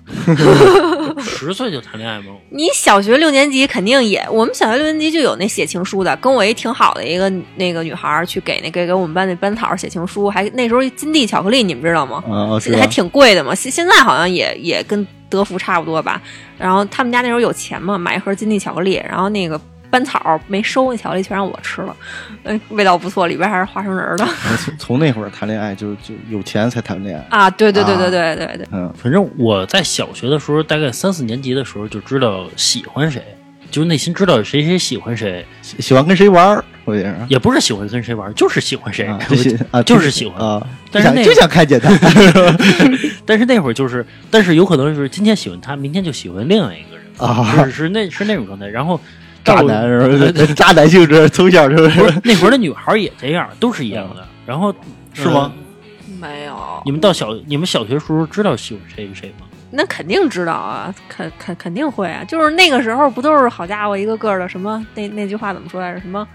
[SPEAKER 1] 十岁就谈恋爱吗？
[SPEAKER 5] 你小学六年级肯定也，我们小学六年级就有那写情书的，跟我一挺好的一个那个女孩儿去给那给给我们班那班草儿写情书，还那时候金地巧克力你们知道吗？
[SPEAKER 2] 啊，我知
[SPEAKER 5] 现
[SPEAKER 2] 道
[SPEAKER 5] 在还挺贵的嘛，现现在好像也也跟德芙差不多吧。然后他们家那时候有钱嘛，买一盒金地巧克力，然后那个班草没收，那巧克力全让我吃了，嗯，味道不错，里边还是花生仁儿的
[SPEAKER 2] 从从那会儿谈恋爱就就有钱才谈恋爱，
[SPEAKER 5] 啊！对对对对对对对，
[SPEAKER 2] 嗯，
[SPEAKER 1] 反正我在小学的时候，大概三四年级的时候就知道喜欢谁，就内心知道谁谁喜欢谁，
[SPEAKER 2] 喜喜欢跟谁玩儿，我也是。
[SPEAKER 1] 也不是喜欢跟谁玩，就是喜欢谁，
[SPEAKER 2] 啊，就喜啊，
[SPEAKER 1] 就是喜欢。
[SPEAKER 2] 啊，
[SPEAKER 1] 但是
[SPEAKER 2] 就
[SPEAKER 1] 那
[SPEAKER 2] 想
[SPEAKER 1] 个
[SPEAKER 2] 就想看 见他，
[SPEAKER 1] 但是那会儿就是，但是有可能就是今天喜欢他，明天就喜欢另外一个人
[SPEAKER 2] 啊
[SPEAKER 1] 就是是那是那种状态。然后到
[SPEAKER 2] 渣
[SPEAKER 1] 了
[SPEAKER 2] 男 是吧？渣男性质从小就
[SPEAKER 1] 不
[SPEAKER 2] 是
[SPEAKER 1] 是那会儿的女孩儿也这样，都是一样的。然后
[SPEAKER 2] 嗯
[SPEAKER 1] 呃
[SPEAKER 2] 是吗？
[SPEAKER 3] 没有
[SPEAKER 1] 你们到小你们小学时候知道喜欢谁是谁吗？
[SPEAKER 5] 那肯定知道啊，肯肯肯定会啊，就是那个时候不都是好家伙一个个的什么那那句话怎么说来着？什么？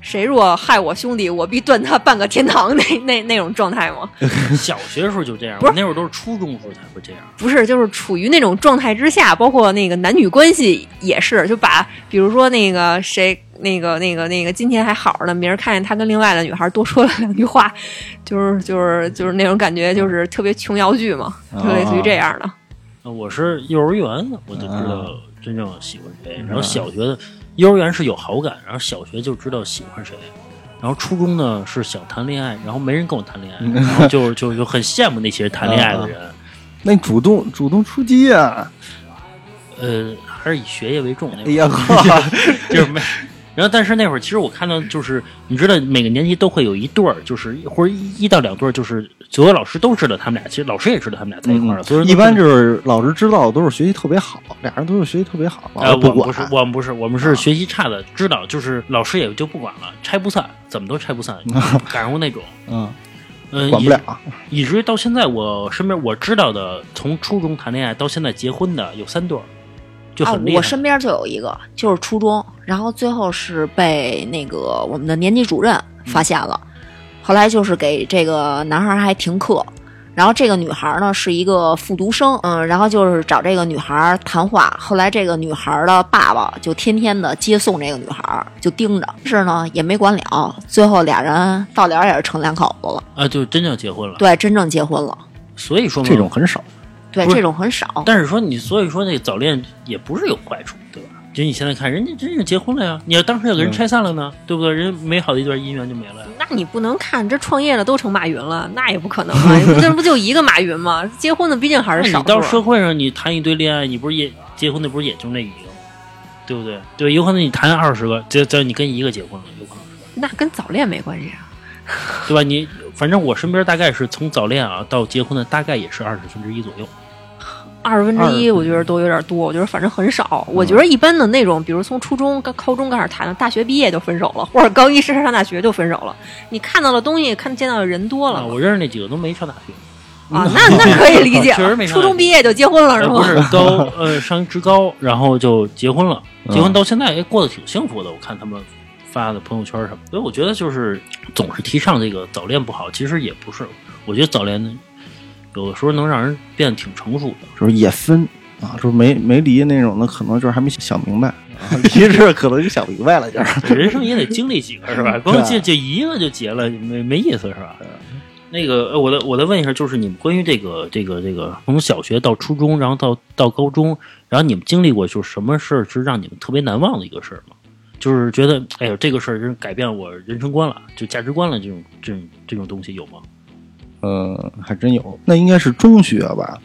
[SPEAKER 5] 谁若害我兄弟，我必断他半个天堂 那那那种状态吗？
[SPEAKER 1] 小学时候就这样，
[SPEAKER 5] 不
[SPEAKER 1] 我
[SPEAKER 5] 是
[SPEAKER 1] 那会儿都是初中时候才会这样。
[SPEAKER 5] 不是，就是处于那种状态之下，包括那个男女关系也是，就把比如说那个谁，那个那个那个今天还好着呢，明儿看见他跟另外的女孩多说了两句话，就是就是就是那种感觉，就是特别琼瑶剧嘛，
[SPEAKER 1] 哦
[SPEAKER 5] 就类似于这样的。
[SPEAKER 1] 呃我是幼儿园的，我就知
[SPEAKER 2] 啊
[SPEAKER 1] 道真正喜欢谁。
[SPEAKER 2] 嗯
[SPEAKER 1] 然后小学的，幼儿园是有好感，然后小学就知道喜欢谁。然后初中呢是想谈恋爱，然后没人跟我谈恋爱，
[SPEAKER 2] 嗯
[SPEAKER 1] 然后就就就很羡慕那些谈恋爱的
[SPEAKER 2] 啊
[SPEAKER 1] 人。
[SPEAKER 2] 那你主动主动出击啊！
[SPEAKER 1] 呃，还是以学业为重那
[SPEAKER 2] 哎
[SPEAKER 1] 会儿，
[SPEAKER 2] 呀 呵，
[SPEAKER 1] 就是没。然后，但是那会儿其实我看到，就是你知道，每个年级都会有一对儿，就是或者一一到两对儿，就是所有老师都知道他们俩，其实老师也知道他们俩在一块儿了，所以
[SPEAKER 2] 嗯一般就是老师知道都是学习特别好，俩人都是学习特别好，
[SPEAKER 1] 呃，
[SPEAKER 2] 老师
[SPEAKER 1] 我们
[SPEAKER 2] 啊管
[SPEAKER 1] 不是，我
[SPEAKER 2] 啊
[SPEAKER 1] 们不是，我们是学习差的，知道就是老师也就不管了，拆不散，怎么都拆不 散，赶上过那种，
[SPEAKER 2] 嗯，
[SPEAKER 1] 嗯，
[SPEAKER 2] 管不了
[SPEAKER 1] 以，以至于到现在，我身边我知道的，从初中谈恋爱到现在结婚的有三对儿，就
[SPEAKER 3] 啊
[SPEAKER 1] 很厉，害。
[SPEAKER 3] 我身边就有一个，就是初中，然后最后是被那个我们的年级主任
[SPEAKER 1] 嗯
[SPEAKER 3] 发现了，后来就是给这个男孩还停课。然后这个女孩呢是一个复读生，嗯，然后就是找这个女孩谈话。后来这个女孩的爸爸就天天的接送这个女孩，就盯着，但是呢也没管了。最后俩人到了也是成两口子了，
[SPEAKER 1] 啊，就真正结婚了。
[SPEAKER 3] 对，真正结婚了。
[SPEAKER 1] 所以说嘛，
[SPEAKER 2] 这种很少。
[SPEAKER 3] 对，
[SPEAKER 1] 不是
[SPEAKER 3] 这种很少。
[SPEAKER 1] 但是说你，所以说那早恋也不是有坏处，对吧？就你现在看，人家真是结婚了呀，你要当时要给
[SPEAKER 2] 嗯
[SPEAKER 1] 人拆散了呢，对不对？人家美好的一段姻缘就没了呀。
[SPEAKER 5] 那你不能看这创业的都成马云了，那也不可能啊！这不就一个马云吗？结婚的毕竟还
[SPEAKER 1] 那
[SPEAKER 5] 是少
[SPEAKER 1] 你到社
[SPEAKER 5] 数。啊
[SPEAKER 1] 会上，你谈一堆恋爱，你不是也结婚的不是也就那一个吗，对不对？对，有可能你谈二十个，只只要你跟一个结婚了，有可能是，
[SPEAKER 5] 那跟早恋没关系啊。
[SPEAKER 1] 对吧？你反正我身边大概是从早恋啊到结婚的，大概也是二十分之一左右。
[SPEAKER 5] 二分之一，我觉得都有点多。我觉得反正很少。我觉得一般的那种，比如从初中、高高中开始谈的，大学毕业就分手了，或者高一上上大学就分手了。你看到的东西，看见到的人多
[SPEAKER 1] 啊，
[SPEAKER 5] 了，
[SPEAKER 1] 我认识那几个都没上大学，
[SPEAKER 4] 啊， 那那可以理解
[SPEAKER 1] 确实没
[SPEAKER 4] 了。
[SPEAKER 1] 啥
[SPEAKER 4] 初中毕业就结婚了是
[SPEAKER 1] 呃
[SPEAKER 4] 吗？
[SPEAKER 1] 不是高呃上职高，然后就结婚了，
[SPEAKER 2] 嗯
[SPEAKER 1] 结婚到现在哎过得挺幸福的，我看他们发的朋友圈什么，所以我觉得就是总是提倡这个早恋不好，其实也不是，我觉得早恋有的时候能让人变得挺成熟的，
[SPEAKER 2] 就是也分啊，就是没没离那种的，可能就是还没想明白，啊离这可能就想明白了， 就是。
[SPEAKER 1] 人生也得经历几个是吧？光就就一个就结了，没没意思是吧？那个，呃我再我再问一下，就是你们关于这个这个这个，从小学到初中，然后到到高中，然后你们经历过就是什么事儿是让你们特别难忘的一个事儿吗？就是觉得，哎呦，这个事儿真改变我人生观了，就价值观了，这种这种这种东西有吗？
[SPEAKER 2] 嗯，还真有。那应该是中学吧？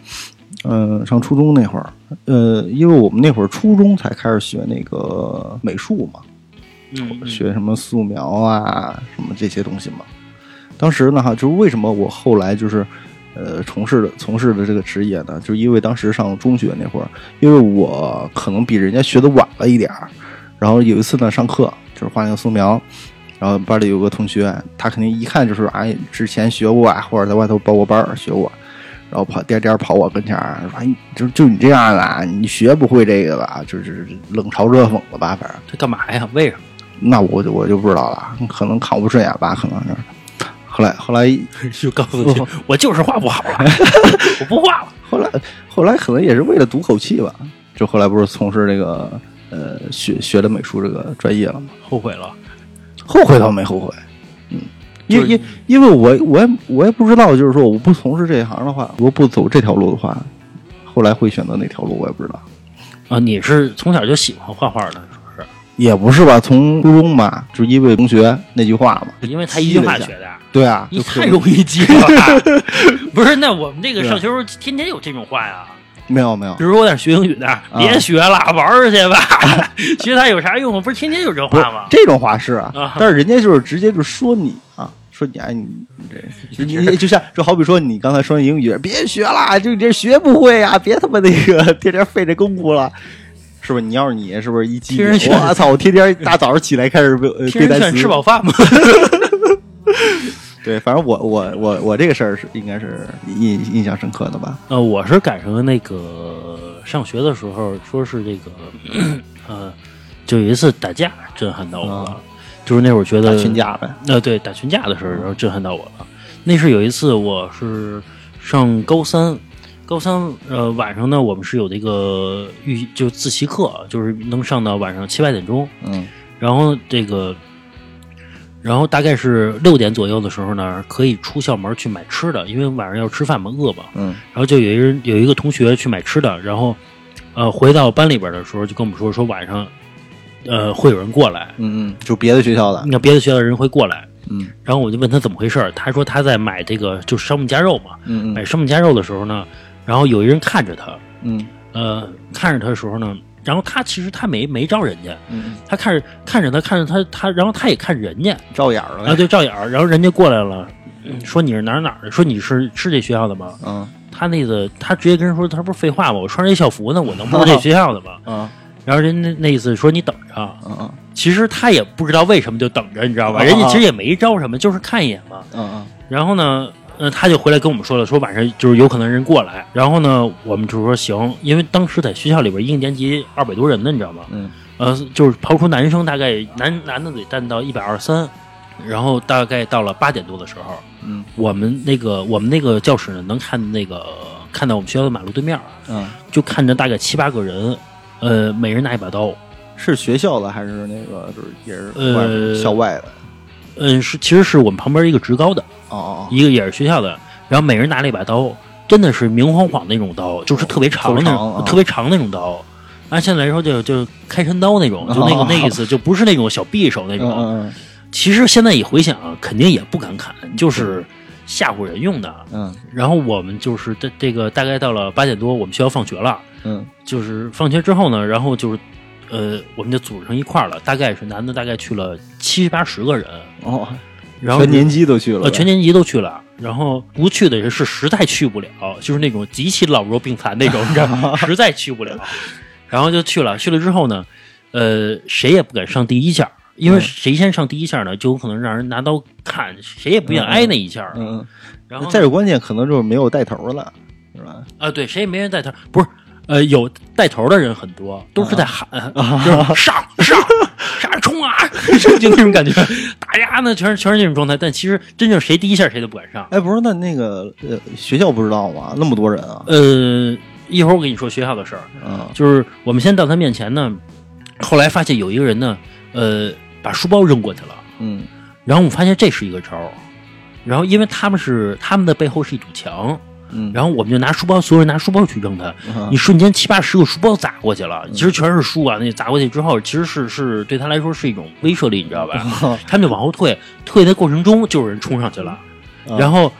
[SPEAKER 2] 嗯，上初中那会儿，呃，因为我们那会儿初中才开始学那个美术嘛，
[SPEAKER 1] 嗯，嗯
[SPEAKER 2] 学什么素描啊，什么这些东西嘛。当时呢，哈，就是为什么我后来就是，呃，从事的从事的这个职业呢，就是因为当时上中学那会儿，因为我可能比人家学的晚了一点儿，然后有一次呢，上课就是画那个素描，然后班里有个同学，他肯定一看就是哎，之前学过啊，或者在外头报过班儿学过，然后跑颠颠跑我跟前儿说，哎，就就你这样的啊，你学不会这个了啊，就是冷嘲热讽了吧，反正。
[SPEAKER 1] 这干嘛呀？为什么？
[SPEAKER 2] 那我就我就不知道了，可能看我不顺眼吧，可能是。后来后来
[SPEAKER 1] 就告诉你，我就是画不好了， 我不画了。
[SPEAKER 2] 后来后来可能也是为了赌口气吧，就后来不是从事这个呃学学的美术这个专业了吗？
[SPEAKER 1] 后悔了，
[SPEAKER 2] 后悔倒没后悔，嗯，因
[SPEAKER 1] 就是
[SPEAKER 2] 因因为我我也我也不知道，就是说我不从事这一行的话，我不走这条路的话，后来会选择哪条路我也不知道。
[SPEAKER 1] 啊！你是从小就喜欢画画的，是不是？
[SPEAKER 2] 也不是吧，从初中吧，就因为同学那句话嘛，
[SPEAKER 1] 因为他一句话学的啊。
[SPEAKER 2] 对啊，
[SPEAKER 1] 你
[SPEAKER 2] 就特
[SPEAKER 1] 太
[SPEAKER 2] 别
[SPEAKER 1] 容易 记了，不是？那我们这个
[SPEAKER 2] 对啊
[SPEAKER 1] 上学时候天天有这种话呀。
[SPEAKER 2] 没有没有
[SPEAKER 1] 比，如说我在学英语的，别学了，玩儿去吧， 学它有啥用啊？不是天天有这
[SPEAKER 2] 不是
[SPEAKER 1] 话吗？
[SPEAKER 2] 这种话是啊
[SPEAKER 1] 啊，
[SPEAKER 2] 但是人家就是直接就说你啊，说你哎你你这，你就像就好比说你刚才说英语，别学啦，就你这学不会啊，别他妈那个天天费这功夫了。是不是你要是你是不是一激
[SPEAKER 1] 听人
[SPEAKER 2] 灵
[SPEAKER 1] 劝
[SPEAKER 2] 我操！我天天大早上起来开始背呃
[SPEAKER 1] 听
[SPEAKER 2] 背
[SPEAKER 1] 人
[SPEAKER 2] 单
[SPEAKER 1] 劝
[SPEAKER 2] 词
[SPEAKER 1] 吃，饱饭嘛。
[SPEAKER 2] 对，反正我我我我这个事儿是应该是印印象深刻的吧？
[SPEAKER 1] 呃，我是赶上那个上学的时候，说是 这个，呃，就有一次打架震撼到我了
[SPEAKER 2] 啊，
[SPEAKER 1] 就是那会儿觉
[SPEAKER 2] 打
[SPEAKER 1] 得
[SPEAKER 2] 群架呗，
[SPEAKER 1] 呃，对，打群架的时候，然后震撼到我了。那是有一次，我是上高三，高三呃晚上呢，我们是有这个预就自习课，就是能上到晚上七八点钟。
[SPEAKER 2] 嗯
[SPEAKER 1] 然后这个，然后大概是六点左右的时候呢，可以出校门去买吃的，因为晚上要吃饭嘛，饿嘛。
[SPEAKER 2] 嗯
[SPEAKER 1] 然后就有一人有一个同学去买吃的，然后呃回到班里边的时候，就跟我们说说晚上呃会有人过来，
[SPEAKER 2] 嗯嗯，就别的学校的，
[SPEAKER 1] 那别的学校的人会过来。
[SPEAKER 2] 嗯
[SPEAKER 1] 然后我就问他怎么回事儿，他说他在买这个就是烧麦夹肉嘛，
[SPEAKER 2] 嗯
[SPEAKER 1] 买
[SPEAKER 2] 嗯
[SPEAKER 1] 烧麦夹肉的时候呢，然后有一人看着他，
[SPEAKER 2] 嗯
[SPEAKER 1] 呃，看着他的时候呢，然后他其实他没没招人家，
[SPEAKER 2] 嗯，
[SPEAKER 1] 他看着看着他看着他他，然后他也看人家
[SPEAKER 2] 照眼儿了
[SPEAKER 1] 啊，
[SPEAKER 2] 呗，
[SPEAKER 1] 对，照眼儿，然后人家过来了，嗯说你是哪儿哪儿的，说你是是这学校的吗？
[SPEAKER 2] 嗯
[SPEAKER 1] 他那个他直接跟人说，他不是废话吗？我穿着这校服呢，我能不是这学校的吗？
[SPEAKER 2] 嗯
[SPEAKER 1] 然后人家那意思说你等着，啊
[SPEAKER 2] 嗯嗯
[SPEAKER 1] 其实他也不知道为什么就等着，你知道吧？
[SPEAKER 2] 啊
[SPEAKER 1] 人家其实也没招什么，就是看一眼嘛。
[SPEAKER 2] 嗯嗯
[SPEAKER 1] 然后呢，呃，他就回来跟我们说了，说晚上就是有可能人过来。然后呢，我们就说行，因为当时在学校里边一个年级二百多人呢，你知道吗？
[SPEAKER 2] 嗯
[SPEAKER 1] 呃，就是刨除男生，大概男男的得占到一百二三，然后大概到了八点多的时候，
[SPEAKER 2] 嗯
[SPEAKER 1] 我们那个我们那个教室呢，能看那个看到我们学校的马路对面，
[SPEAKER 2] 嗯。
[SPEAKER 1] 就看着大概七八个人，呃，每人拿一把刀，
[SPEAKER 2] 是学校的还是那个就是也是
[SPEAKER 1] 呃
[SPEAKER 2] 外面校外的？
[SPEAKER 1] 嗯、是其实是我们旁边一个职高的，
[SPEAKER 2] 哦哦哦，
[SPEAKER 1] 一个也是学校的，然后每人拿了一把刀，真的是明晃晃那种刀，就是特别长的那
[SPEAKER 2] 特别长啊
[SPEAKER 1] 种，特别长那种刀。按现在来说就就开山刀那种，就 那个
[SPEAKER 2] 哦
[SPEAKER 1] 那意思，就不是那种小匕首那
[SPEAKER 2] 嗯
[SPEAKER 1] 种。
[SPEAKER 2] 嗯
[SPEAKER 1] 其实现在一回想，啊肯定也不敢砍，就是吓唬人用的。
[SPEAKER 2] 嗯
[SPEAKER 1] 然后我们就是这这个大概到了八点多，我们学校放学了，
[SPEAKER 2] 嗯
[SPEAKER 1] 就是放学之后呢，然后就是呃，我们就组织成一块儿了，大概是男的大概去了七八十个人，
[SPEAKER 2] 嗯，哦，
[SPEAKER 1] 然后
[SPEAKER 2] 全年级都去了呗，
[SPEAKER 1] 呃，全年级都去了，然后不去的人是实在去不了，就是那种极其老弱病残那种，你知道 吗？实在去不了，然后就去了。去了之后呢，呃，谁也不敢上第一下，因为谁先上第一下呢，就有可能让人拿刀砍，谁也不想挨那一下。
[SPEAKER 2] 嗯，
[SPEAKER 1] 然后呢
[SPEAKER 2] 再有关键可能就是没有带头了，是吧？
[SPEAKER 1] 啊，对，谁也没人带头，不是，呃，有带头的人很多，都是在 喊，就是上上上冲啊， 就就那种感觉。大家呢，全是全是这种状态，但其实真正谁第一下谁都不敢上。
[SPEAKER 2] 哎，不是，那那个呃，学校不知道吗？那么多人啊，
[SPEAKER 1] 呃，一会儿我跟你说学校的事儿，
[SPEAKER 2] 嗯，
[SPEAKER 1] 就是我们先到他面前呢，后来发现有一个人呢，呃，把书包扔过去了，
[SPEAKER 2] 嗯，
[SPEAKER 1] 然后我们发现这是一个招儿，然后因为他们是他们的背后是一堵墙，
[SPEAKER 2] 嗯，
[SPEAKER 1] 然后我们就拿书包，所有人拿书包去扔他，
[SPEAKER 2] 嗯
[SPEAKER 1] 你瞬间七八十个书包砸过去了，其实全是书啊，那砸过去之后，其实是是对他来说是一种威慑力，你知道吧？ 他们就往后退，退的过程中就有人冲上去了，
[SPEAKER 2] 嗯
[SPEAKER 1] 然后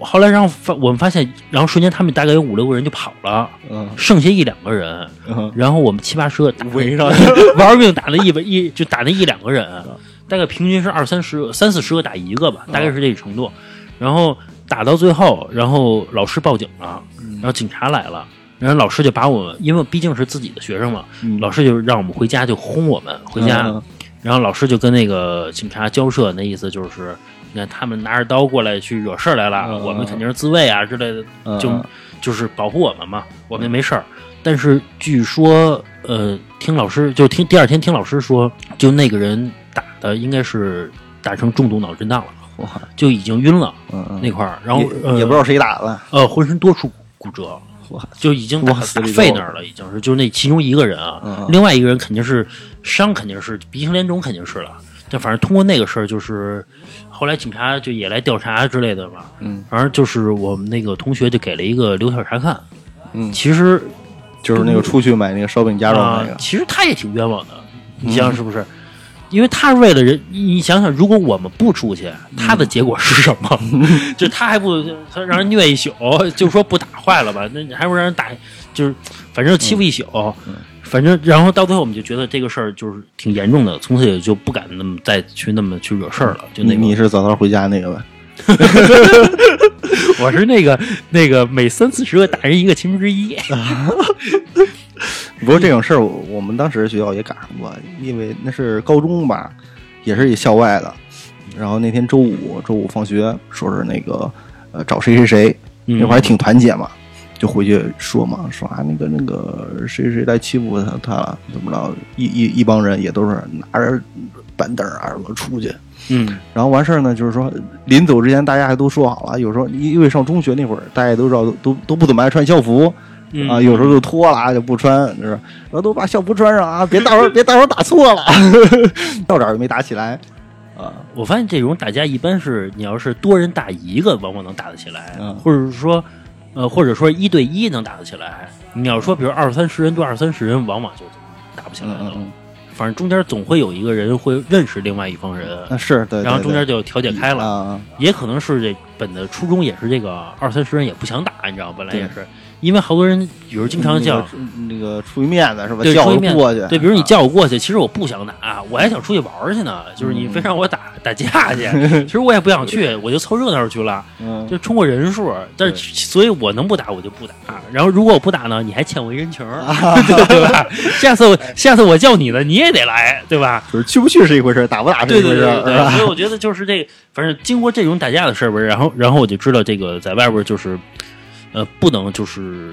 [SPEAKER 1] 后来然后发我们发现，然后瞬间他们大概有五六个人就跑了，
[SPEAKER 2] 嗯
[SPEAKER 1] 剩下一两个人，
[SPEAKER 2] 嗯，
[SPEAKER 1] 然后我们七八十个打
[SPEAKER 2] 围上
[SPEAKER 1] 玩命打那一百一就打那一两个人，啊大概平均是二三十三四十个打一个
[SPEAKER 2] 哦
[SPEAKER 1] 吧，大概是这个程度。然后打到最后，然后老师报警了，
[SPEAKER 2] 嗯
[SPEAKER 1] 然后警察来了，然后老师就把我们，因为毕竟是自己的学生嘛，
[SPEAKER 2] 嗯
[SPEAKER 1] 老师就让我们回家就轰我们回家。
[SPEAKER 2] 嗯
[SPEAKER 1] 然后老师就跟那个警察交涉，那意思就是，你看他们拿着刀过来去惹事儿来了，
[SPEAKER 2] 嗯
[SPEAKER 1] 我们肯定是自卫啊之类的，
[SPEAKER 2] 嗯
[SPEAKER 1] 就
[SPEAKER 2] 嗯
[SPEAKER 1] 就是保护我们嘛，我们没事儿。但是据说，呃，听老师就听第二天听老师说，就那个人打的应该是打成重度脑震荡了，
[SPEAKER 2] 嗯哇
[SPEAKER 1] 就已经晕了
[SPEAKER 2] 嗯嗯
[SPEAKER 1] 那块儿，然后
[SPEAKER 2] 也
[SPEAKER 1] 呃
[SPEAKER 2] 也不知道谁打的，
[SPEAKER 1] 呃浑身多处骨折
[SPEAKER 2] 哇。
[SPEAKER 1] 就已经打
[SPEAKER 2] 往死
[SPEAKER 1] 打
[SPEAKER 2] 里
[SPEAKER 1] 肺
[SPEAKER 2] 揍
[SPEAKER 1] 那儿了，已经是就是那其中一个人啊，
[SPEAKER 2] 嗯嗯
[SPEAKER 1] 另外一个人肯定是伤，肯定是鼻青脸肿，肯定是了。但反正通过那个事儿，就是后来警察就也来调查之类的嘛。
[SPEAKER 2] 嗯，
[SPEAKER 1] 反正就是我们那个同学就给了一个留校察看。
[SPEAKER 2] 嗯
[SPEAKER 1] 其实
[SPEAKER 2] 就是那个出去买那个烧饼夹肉
[SPEAKER 1] 啊
[SPEAKER 2] 那，个，嗯
[SPEAKER 1] 其实他也挺冤枉的，你想想是不是？因为他是为了人，你你想想，如果我们不出去，他的结果是什 么？就他还不他让人虐一宿， 就说不打坏了吧？那你还不让人打，就是反正欺负一宿，
[SPEAKER 2] 嗯
[SPEAKER 1] 反正然后到最后我们就觉得这个事儿就是挺严重的，从此也就不敢那么再去那么去惹事儿了。就那
[SPEAKER 2] 嗯你
[SPEAKER 1] 个
[SPEAKER 2] 你是早早回家那个吧？
[SPEAKER 1] 我是那个那个每三四十个打人一个其中之一。
[SPEAKER 2] 不过这种事儿，我我们当时学校也赶上过，因为那是高中吧，也是一校外的。然后那天周五，周五放学，说是那个呃找谁谁谁，
[SPEAKER 1] 嗯
[SPEAKER 2] 那会儿还挺团结嘛，就回去说嘛，说啊那个那个谁谁谁来欺负他他了，怎么着？一一一帮人也都是拿着板凳啊什么出去，
[SPEAKER 1] 嗯
[SPEAKER 2] 然后完事儿呢，就是说临走之前大家还都说好了，有时候因为上中学那会儿，大家也都知道都都都不怎么爱穿校服
[SPEAKER 1] 嗯
[SPEAKER 2] 啊，有时候就脱了啊就不穿，就是然后都把校服穿上啊，别到时候别到时候打错了， 到这儿就没打起来啊，
[SPEAKER 1] 我发现这种打架一般是你要是多人打一个，往往能打得起来，
[SPEAKER 2] 嗯
[SPEAKER 1] 或者是说，呃，或者说一对一能打得起来。你要说比如二三十人对二三十人，往往就打不起来
[SPEAKER 2] 嗯
[SPEAKER 1] 了。
[SPEAKER 2] 嗯嗯，
[SPEAKER 1] 反正中间总会有一个人会认识另外一方人，
[SPEAKER 2] 那是嗯对，对
[SPEAKER 1] 然后中间
[SPEAKER 2] 对
[SPEAKER 1] 就调解开了。嗯
[SPEAKER 2] 啊，
[SPEAKER 1] 也可能是这本的初衷也是这个二三十人也不想打，你知道，本来也是因为好多人，比如
[SPEAKER 2] 嗯
[SPEAKER 1] 经常叫。
[SPEAKER 2] 那个那个出于面子是吧？
[SPEAKER 1] 对，
[SPEAKER 2] 叫
[SPEAKER 1] 出
[SPEAKER 2] 我
[SPEAKER 1] 一面
[SPEAKER 2] 就过去，
[SPEAKER 1] 对，比如你
[SPEAKER 2] 啊
[SPEAKER 1] 叫我过去，其实我不想打，我还想出去玩儿去呢。就是你非让我打打架去， 其实我也不想去，我就凑热闹去了，
[SPEAKER 2] 嗯
[SPEAKER 1] 就冲过人数。但是，所以我能不打我就不打。啊然后，如果我不打呢，你还欠我一人情儿， 对吧？下次我下次我叫你呢，你也得来，对吧？
[SPEAKER 2] 就是去不去是一回事儿，打不打是
[SPEAKER 1] 对
[SPEAKER 2] 一回
[SPEAKER 1] 对
[SPEAKER 2] 事
[SPEAKER 1] 对
[SPEAKER 2] 儿，啊是
[SPEAKER 1] 对，
[SPEAKER 2] 吧？
[SPEAKER 1] 所以我觉得就是这个，反正经过这种打架的事儿吧，然后然后我就知道这个在外边就是，呃，不能就是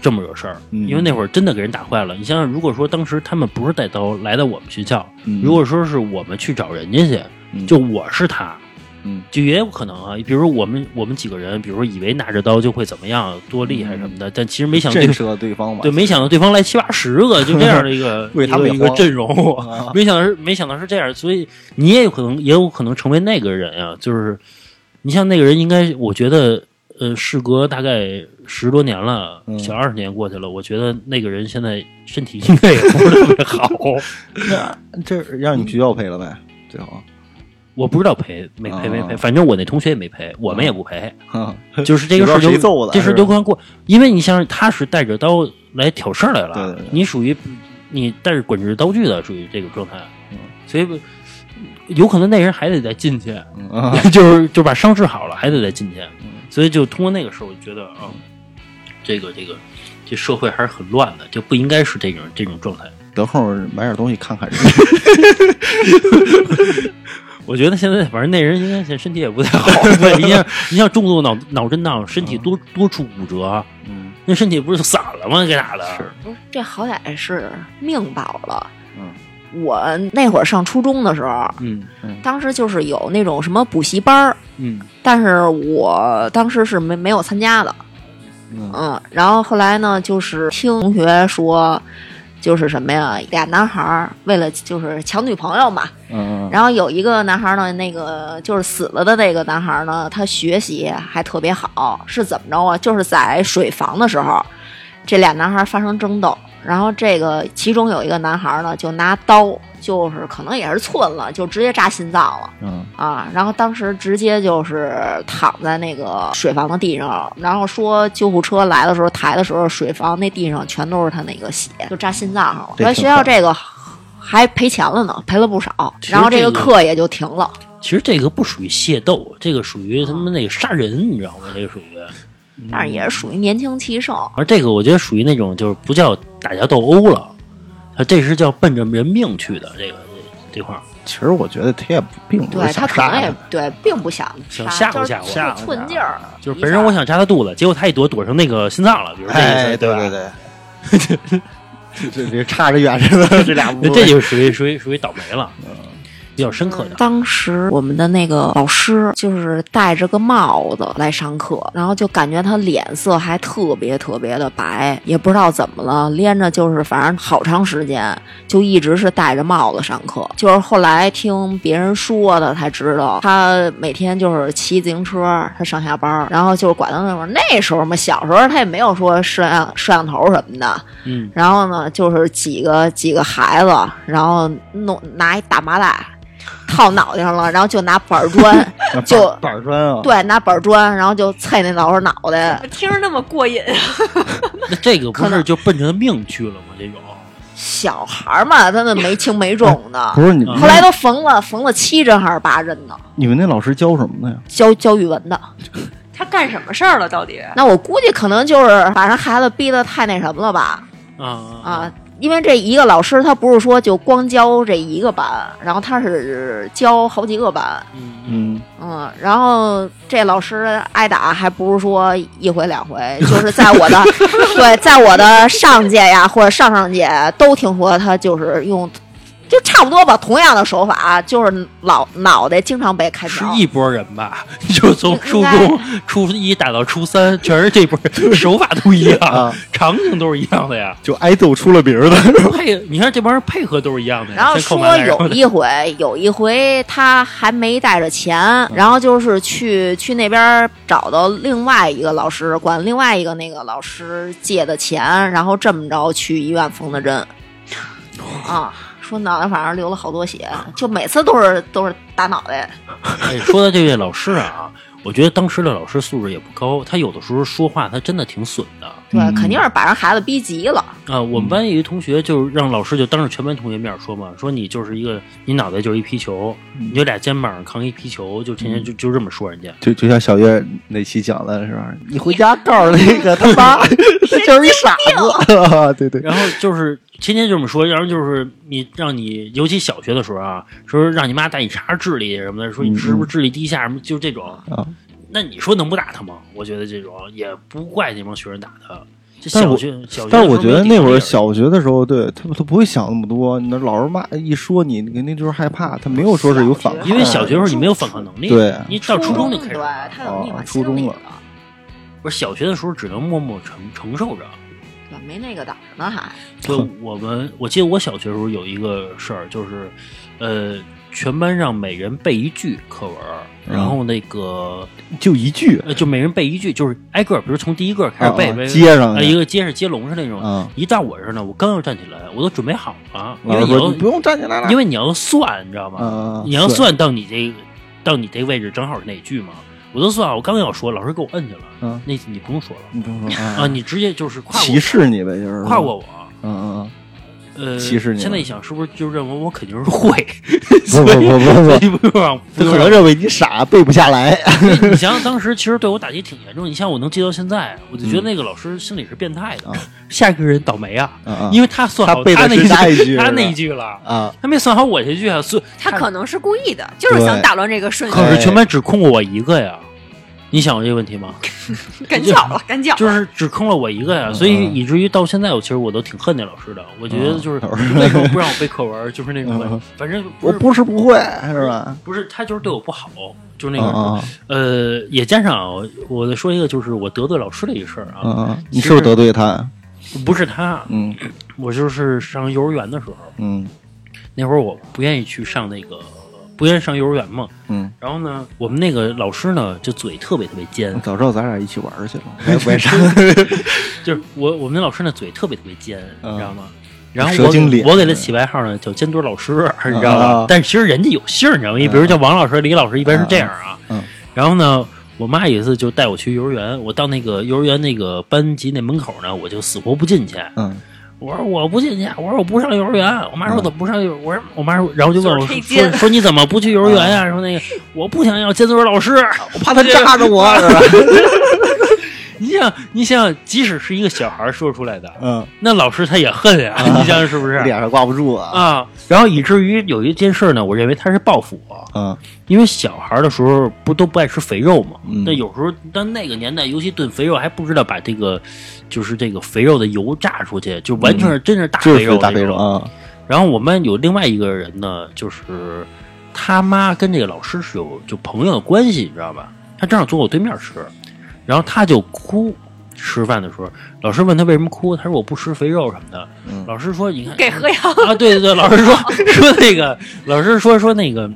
[SPEAKER 1] 这么惹事儿，
[SPEAKER 2] 嗯
[SPEAKER 1] 因为那会儿真的给人打坏了。你想想，如果说当时他们不是带刀来到我们学校，
[SPEAKER 2] 嗯
[SPEAKER 1] 如果说是我们去找人家去，
[SPEAKER 2] 嗯
[SPEAKER 1] 就我是他。
[SPEAKER 2] 嗯
[SPEAKER 1] 就也有可能啊，比如说我们我们几个人，比如说以为拿着刀就会怎么样，多厉害什么的，但其实没想对
[SPEAKER 2] 嗯震慑对方吧，
[SPEAKER 1] 对，没想到对方来七八十个，就这样的一个
[SPEAKER 2] 为他们
[SPEAKER 1] 一个一
[SPEAKER 2] 也
[SPEAKER 1] 个
[SPEAKER 2] 慌
[SPEAKER 1] 阵容
[SPEAKER 2] 啊，
[SPEAKER 1] 没想到是没想到是这样，所以你也有可能也有可能成为那个人啊，就是你像那个人，应该我觉得呃，事隔大概十多年了，
[SPEAKER 2] 嗯
[SPEAKER 1] 小二十年过去了，我觉得那个人现在身体应该也不是特别 好，
[SPEAKER 2] 这让你们学校赔了呗，最后，
[SPEAKER 1] 我不知道赔没赔没赔，
[SPEAKER 2] 啊
[SPEAKER 1] 反正我那同学也没赔，我们也不赔，
[SPEAKER 2] 哈
[SPEAKER 1] 就是这个事儿
[SPEAKER 2] 也不知道
[SPEAKER 1] 就
[SPEAKER 2] 谁揍的
[SPEAKER 1] 这事儿
[SPEAKER 2] 是吧
[SPEAKER 1] 就刚过，因为你像他是带着刀来挑事儿来了，
[SPEAKER 2] 对对对
[SPEAKER 1] 你属于你带着滚着刀具的，属于这个状态，
[SPEAKER 2] 嗯
[SPEAKER 1] 所以有可能那人还得再进去，
[SPEAKER 2] 嗯啊 嗯
[SPEAKER 1] 就是就把伤治好了，还得再进去，所以就通过那个事儿，我就觉得啊、这个这个这社会还是很乱的，就不应该是这种这种状态。
[SPEAKER 2] 得空买点东西看看人。
[SPEAKER 1] 我觉得现在反正那人应该现在身体也不太 好，对，你像你像重度脑脑震荡，身体多多处骨折，
[SPEAKER 2] 嗯，
[SPEAKER 1] 那身体不是就散了吗？给打的，
[SPEAKER 2] 是
[SPEAKER 3] 不是，这好歹是命保了。
[SPEAKER 2] 嗯
[SPEAKER 3] 我那会儿上初中的时候，
[SPEAKER 1] 嗯
[SPEAKER 3] 当时就是有那种什么补习班儿，
[SPEAKER 1] 嗯，
[SPEAKER 3] 但是我当时是没没有参加的。
[SPEAKER 2] 嗯
[SPEAKER 3] 嗯，然后后来呢，就是听同学说，就是什么呀，俩男孩儿为了就是抢女朋友嘛，
[SPEAKER 2] 嗯嗯
[SPEAKER 3] 然后有一个男孩儿呢，那个就是死了的那个男孩儿呢，他学习还特别好，是怎么着啊？就是在水房的时候，这俩男孩儿发生争斗，然后这个其中有一个男孩儿呢，就拿刀，就是可能也是寸了，就直接扎心脏了。
[SPEAKER 2] 嗯
[SPEAKER 3] 啊，然后当时直接就是躺在那个水房的地上，然后说救护车来的时候抬的时候，水房那地上全都是他那个血，就扎心脏上了。
[SPEAKER 2] 这
[SPEAKER 3] 后来
[SPEAKER 2] 挺
[SPEAKER 3] 学校
[SPEAKER 2] 狠
[SPEAKER 3] 这个还赔钱了呢，赔了不少，
[SPEAKER 1] 其实
[SPEAKER 3] 然后这
[SPEAKER 1] 这
[SPEAKER 3] 个
[SPEAKER 1] 个
[SPEAKER 3] 课也就停了。
[SPEAKER 1] 其实这个不属于械斗，这个属于他们那个杀人，你知道吗？这个属于，
[SPEAKER 3] 但是也是属于年轻气盛，
[SPEAKER 1] 而这个我觉得属于那种就是不叫打架斗殴了，他这是叫奔着人命去的这个这这块儿。
[SPEAKER 2] 其实我觉得他也不并不
[SPEAKER 3] 对
[SPEAKER 2] 是想
[SPEAKER 3] 他可能
[SPEAKER 2] 杀
[SPEAKER 3] 也
[SPEAKER 2] 人，
[SPEAKER 3] 对，并不想
[SPEAKER 1] 想
[SPEAKER 3] 杀
[SPEAKER 1] 吓唬
[SPEAKER 3] 就是
[SPEAKER 1] 吓唬
[SPEAKER 3] 寸
[SPEAKER 2] 吓唬
[SPEAKER 3] 寸劲儿，
[SPEAKER 1] 就是本身我想扎他肚子，结果他一躲躲成那个心脏了，比如这意思，
[SPEAKER 2] 哎，对
[SPEAKER 1] 吧？
[SPEAKER 2] 对对。这 这这差着远着呢，这俩
[SPEAKER 1] 那 这就属于属于属于倒霉了，嗯比较深刻的。
[SPEAKER 3] 当时我们的那个老师就是戴着个帽子来上课，然后就感觉他脸色还特别特别的白，也不知道怎么了，连着就是反正好长时间就一直是戴着帽子上课。就是后来听别人说的才知道，他每天就是骑自行车，他上下班儿，然后就是管他那会儿那时候嘛，小时候他也没有说摄像摄像头什么的，
[SPEAKER 1] 嗯，
[SPEAKER 3] 然后呢，就是几个几个孩子，然后弄拿一大麻袋套脑袋上了，然后就拿板 砖，就
[SPEAKER 2] 板儿砖啊，
[SPEAKER 3] 对拿板砖，然后就踩那老师脑袋。
[SPEAKER 4] 听着那么过瘾啊！
[SPEAKER 1] 那这个不
[SPEAKER 3] 可
[SPEAKER 1] 是
[SPEAKER 3] 能
[SPEAKER 1] 就奔着命去了吗？这种
[SPEAKER 3] 小孩儿嘛，他们没轻没重的，
[SPEAKER 2] 不是你，
[SPEAKER 1] 嗯
[SPEAKER 3] 后来都缝了缝了七针还是八针呢，
[SPEAKER 2] 你们那老师教什么的呀？
[SPEAKER 3] 教教语文的。
[SPEAKER 4] 他干什么事儿了？到底？
[SPEAKER 3] 那我估计可能就是把人孩子逼得太那什么了吧，
[SPEAKER 1] 啊
[SPEAKER 2] 嗯
[SPEAKER 3] 啊。因为这一个老师，他不是说就光教这一个班，然后他是教好几个班，
[SPEAKER 1] 嗯嗯，
[SPEAKER 2] 嗯，
[SPEAKER 3] 嗯，然后这老师挨打还不是说一回两回，就是在我的对，在我的上届呀或者上上届都听说他就是用，就差不多吧，同样的手法，就是脑脑袋经常被开
[SPEAKER 1] 是
[SPEAKER 3] 瓢。
[SPEAKER 1] 一波人吧？ 就从初
[SPEAKER 3] 应该
[SPEAKER 1] 中初一打到初三，全是这波人，手法都一样
[SPEAKER 2] 啊，
[SPEAKER 1] 场景都是一样的呀。
[SPEAKER 2] 就挨揍出了名儿的，
[SPEAKER 1] 配，你看这帮人配合都是一样的呀。
[SPEAKER 3] 然后
[SPEAKER 1] 哎先扣
[SPEAKER 3] 说
[SPEAKER 1] 麻袋
[SPEAKER 3] 有一回，有一回他还没带着钱，
[SPEAKER 1] 嗯
[SPEAKER 3] 然后就是去去那边找到另外一个老师，管另外一个那个老师借的钱，然后这么着去医院缝的针，啊，说脑袋反正流了好多血，就每次都是都是打脑袋，
[SPEAKER 1] 哎，说到这位老师啊，我觉得当时的老师素质也不高，他有的时候说话他真的挺损的。
[SPEAKER 3] 对，
[SPEAKER 2] 嗯
[SPEAKER 3] 肯定是把人孩子逼急了，
[SPEAKER 1] 啊，我们班有一同学就是让老师就当着全班同学面说嘛，说你就是一个你脑袋就是一皮球，
[SPEAKER 2] 嗯
[SPEAKER 1] 你就俩肩膀扛一皮球，就天天就就这么说人家。
[SPEAKER 2] 就就像小月那期讲的是吧？你回家告诉那个他 妈，他就是一傻 子，啊对对，
[SPEAKER 1] 然后就是天天就这么说，然后就是你让你，尤其小学的时候啊，说让你妈带你查智力什么的，说你是不是智力低下什么，就这种。
[SPEAKER 2] 嗯啊
[SPEAKER 1] 那你说能不打他吗？我觉得这种也不怪那帮学生打他。这
[SPEAKER 2] 但是
[SPEAKER 1] 小
[SPEAKER 2] 我
[SPEAKER 1] 学小学的时候没顶，
[SPEAKER 2] 但是我觉得那会儿小学的时候，对他他不会想那么多，那老师骂一说你，你肯定就是害怕，他没有说是有反抗，
[SPEAKER 1] 因为小学时候你没有反抗能力，
[SPEAKER 2] 对
[SPEAKER 1] 你到初中就开
[SPEAKER 3] 对
[SPEAKER 1] 始，
[SPEAKER 3] 他有逆
[SPEAKER 2] 哦
[SPEAKER 3] 反
[SPEAKER 2] 初
[SPEAKER 3] 心理
[SPEAKER 2] 中
[SPEAKER 3] 了
[SPEAKER 2] 了，
[SPEAKER 1] 不是小学的时候只能默默承承受着。
[SPEAKER 3] 对，没那个胆儿呢还，
[SPEAKER 1] 所以我们我记得我小学时候有一个事儿，就是呃，全班让每人背一句课文，然后那个、
[SPEAKER 2] 就一句
[SPEAKER 1] 呃，就每人背一句，就是挨个儿，比如从第一个开始
[SPEAKER 2] 啊
[SPEAKER 1] 背，
[SPEAKER 2] 啊
[SPEAKER 1] 背
[SPEAKER 2] 接上
[SPEAKER 1] 呃
[SPEAKER 2] 去
[SPEAKER 1] 一个接是接龙是那种。
[SPEAKER 2] 啊，
[SPEAKER 1] 一到我这儿呢，我刚要站起来，我都准备好了，啊因
[SPEAKER 2] 老
[SPEAKER 1] 为
[SPEAKER 2] 师
[SPEAKER 1] 你
[SPEAKER 2] 说
[SPEAKER 1] 要
[SPEAKER 2] 你啊不用站起来
[SPEAKER 1] 因
[SPEAKER 2] 了，为
[SPEAKER 1] 为你要算，你知道吗？
[SPEAKER 2] 啊
[SPEAKER 1] 你要算到你这个到你这个位置正好是哪句嘛，我都算好，我刚要说，老师给我摁去了，
[SPEAKER 2] 嗯
[SPEAKER 1] 那你不用说了
[SPEAKER 2] 你不用说啊
[SPEAKER 1] 啊，你直接就是跨
[SPEAKER 2] 歧
[SPEAKER 1] 过
[SPEAKER 2] 视你呗，就是啊
[SPEAKER 1] 跨过我，
[SPEAKER 2] 嗯嗯
[SPEAKER 1] 呃，
[SPEAKER 2] 歧视你了
[SPEAKER 1] 现在一想，是不是就认为我肯定是会？
[SPEAKER 2] 不不不不
[SPEAKER 1] 所
[SPEAKER 2] 不，
[SPEAKER 1] 以不用让，不
[SPEAKER 2] 他
[SPEAKER 1] 用让
[SPEAKER 2] 可能认为你傻，背不下来。啊
[SPEAKER 1] 你想想，当时其实对我打击挺严重。你像我能记到现在，我就觉得那个老师心里是变态的
[SPEAKER 2] 嗯啊。
[SPEAKER 1] 下一个人倒霉啊，
[SPEAKER 2] 啊啊
[SPEAKER 1] 因为他算好
[SPEAKER 2] 他背的
[SPEAKER 1] 那
[SPEAKER 2] 是他
[SPEAKER 1] 一
[SPEAKER 2] 一句
[SPEAKER 1] 他那
[SPEAKER 2] 是吧
[SPEAKER 1] 一句了，
[SPEAKER 2] 啊，
[SPEAKER 1] 他没算好我这句啊。所以
[SPEAKER 4] 他可能是故意的，就是想打乱这个顺序
[SPEAKER 1] 可，
[SPEAKER 2] 哎
[SPEAKER 1] 是全班只空过我一个呀。你想过这个问题吗？
[SPEAKER 4] 赶巧了，赶巧了。
[SPEAKER 1] 就是只坑了我一个
[SPEAKER 2] 嗯
[SPEAKER 1] 呀，所以以至于到现在，我其实我都挺恨那老师的。我觉得 就是为什么不让我背课文，就是那种
[SPEAKER 2] 嗯
[SPEAKER 1] 反正不
[SPEAKER 2] 我
[SPEAKER 1] 是
[SPEAKER 2] 不是不会，是吧？
[SPEAKER 1] 不是他就是对我不好，就是那
[SPEAKER 2] 啊
[SPEAKER 1] 个
[SPEAKER 2] 啊
[SPEAKER 1] 呃，也加上啊我再说一个，就是我得罪老师的一个事儿
[SPEAKER 2] 啊！
[SPEAKER 1] 啊，
[SPEAKER 2] 啊你是不是得罪他？
[SPEAKER 1] 不是他，
[SPEAKER 2] 嗯
[SPEAKER 1] 我就是上幼儿园的时候，
[SPEAKER 2] 嗯
[SPEAKER 1] 那会儿我不愿意去上那个，不愿意上幼儿园嘛。
[SPEAKER 2] 嗯，
[SPEAKER 1] 然后呢，我们那个老师呢，就嘴特别特别尖，
[SPEAKER 2] 早知道咱俩一起玩儿去了， 我也不爱上。
[SPEAKER 1] 就是我我们那老师呢嘴特别特别尖，
[SPEAKER 2] 嗯
[SPEAKER 1] 你知道吗？然后
[SPEAKER 2] 蛇
[SPEAKER 1] 我
[SPEAKER 2] 精
[SPEAKER 1] 给
[SPEAKER 2] 脸
[SPEAKER 1] 我给他起外号呢叫尖墩老师，你知道吧
[SPEAKER 2] 啊？
[SPEAKER 1] 但其实人家有姓儿，你知道吗？你比如叫王老师、李老师，一般是这样啊
[SPEAKER 2] 嗯嗯。
[SPEAKER 1] 然后呢，我妈有一次就带我去幼儿园，我到那个幼儿园那个班级那门口呢，我就死活不进去。
[SPEAKER 2] 嗯
[SPEAKER 1] 我说我不进去，我说我不上幼儿园。我妈说
[SPEAKER 2] 嗯
[SPEAKER 1] 怎么不上幼？我说我妈说，然后就问我
[SPEAKER 4] 就是
[SPEAKER 1] 说
[SPEAKER 4] 黑尖
[SPEAKER 1] 说你怎么不去幼儿园
[SPEAKER 2] 嗯
[SPEAKER 1] 呀、说那个我不想要尖嘴老师。
[SPEAKER 2] 我怕他扎着 我。是吧
[SPEAKER 1] 你想你想，即使是一个小孩说出来的，
[SPEAKER 2] 嗯，
[SPEAKER 1] 那老师他也恨呀、你想想是不是？
[SPEAKER 2] 脸上挂不住啊。
[SPEAKER 1] 啊，然后以至于有一件事呢，我认为他是报复我，
[SPEAKER 2] 嗯
[SPEAKER 1] 因为小孩的时候不都不爱吃肥肉嘛。
[SPEAKER 2] 嗯
[SPEAKER 1] 那有时候，但那个年代，尤其炖肥肉还不知道把这个，就是这个肥肉的油炸出去，就完全是真是大
[SPEAKER 2] 嗯就
[SPEAKER 1] 肥肉那
[SPEAKER 2] 是
[SPEAKER 1] 种、
[SPEAKER 2] 大肥肉啊。
[SPEAKER 1] 然后我们有另外一个人呢，就是他妈跟这个老师是有就朋友的关系，你知道吧？他正好坐我对面吃，然后他就哭。吃饭的时候，老师问他为什么哭，他说我不吃肥肉什么的。
[SPEAKER 2] 嗯
[SPEAKER 1] 老师说你看
[SPEAKER 4] 给何阳
[SPEAKER 1] 啊，对对对，老师说说那个，老师说说那个，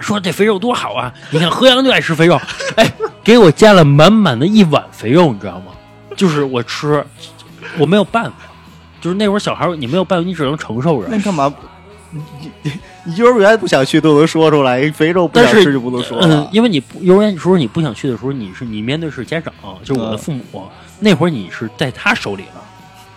[SPEAKER 1] 说这肥肉多好啊！你看何阳就爱吃肥肉，哎，给我加了满满的一碗肥肉，你知道吗？就是我吃，我没有办法，就是那会儿小孩儿你没有办法，你只能承受着
[SPEAKER 2] 那。干嘛不？你你你幼儿园不想去都能说出来，肥肉不
[SPEAKER 1] 但
[SPEAKER 2] 想
[SPEAKER 1] 是
[SPEAKER 2] 吃就不能说啊
[SPEAKER 1] 嗯
[SPEAKER 2] 了，。
[SPEAKER 1] 因为你不幼儿园的时候你不想去的时候，你是你面对是家长，就是
[SPEAKER 2] 嗯
[SPEAKER 1] 我的父母。那会儿你是在他手里了，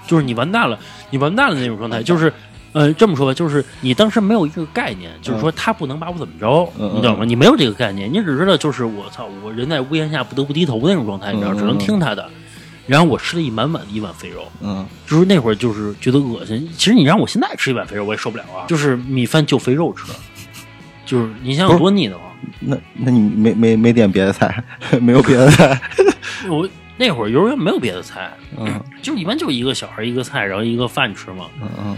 [SPEAKER 1] 就是你完蛋了，你完蛋了那种状
[SPEAKER 2] 嗯
[SPEAKER 1] 态，就是。呃，这么说吧，就是你当时没有一个概念，就是说他不能把我怎么着，
[SPEAKER 2] 嗯嗯
[SPEAKER 1] 你知道吗？你没有这个概念，你只知道就是我操，我人在屋檐下不得不低头那种状态，你知道，
[SPEAKER 2] 嗯嗯
[SPEAKER 1] 只能听他的。然后我吃了一满满的一碗肥肉，
[SPEAKER 2] 嗯
[SPEAKER 1] 就是那会儿就是觉得恶心。其实你让我现在吃一碗肥肉，我也受不了啊。就是米饭就肥肉吃，就是你想
[SPEAKER 2] 不
[SPEAKER 1] 想
[SPEAKER 2] 是
[SPEAKER 1] 多腻得慌。
[SPEAKER 2] 那那你没没没点别的菜，没有别 的菜。
[SPEAKER 1] 我那会儿幼儿园没有别的菜，
[SPEAKER 2] 嗯
[SPEAKER 1] 就一般就一个小孩一个菜，然后一个饭吃嘛。
[SPEAKER 2] 嗯嗯，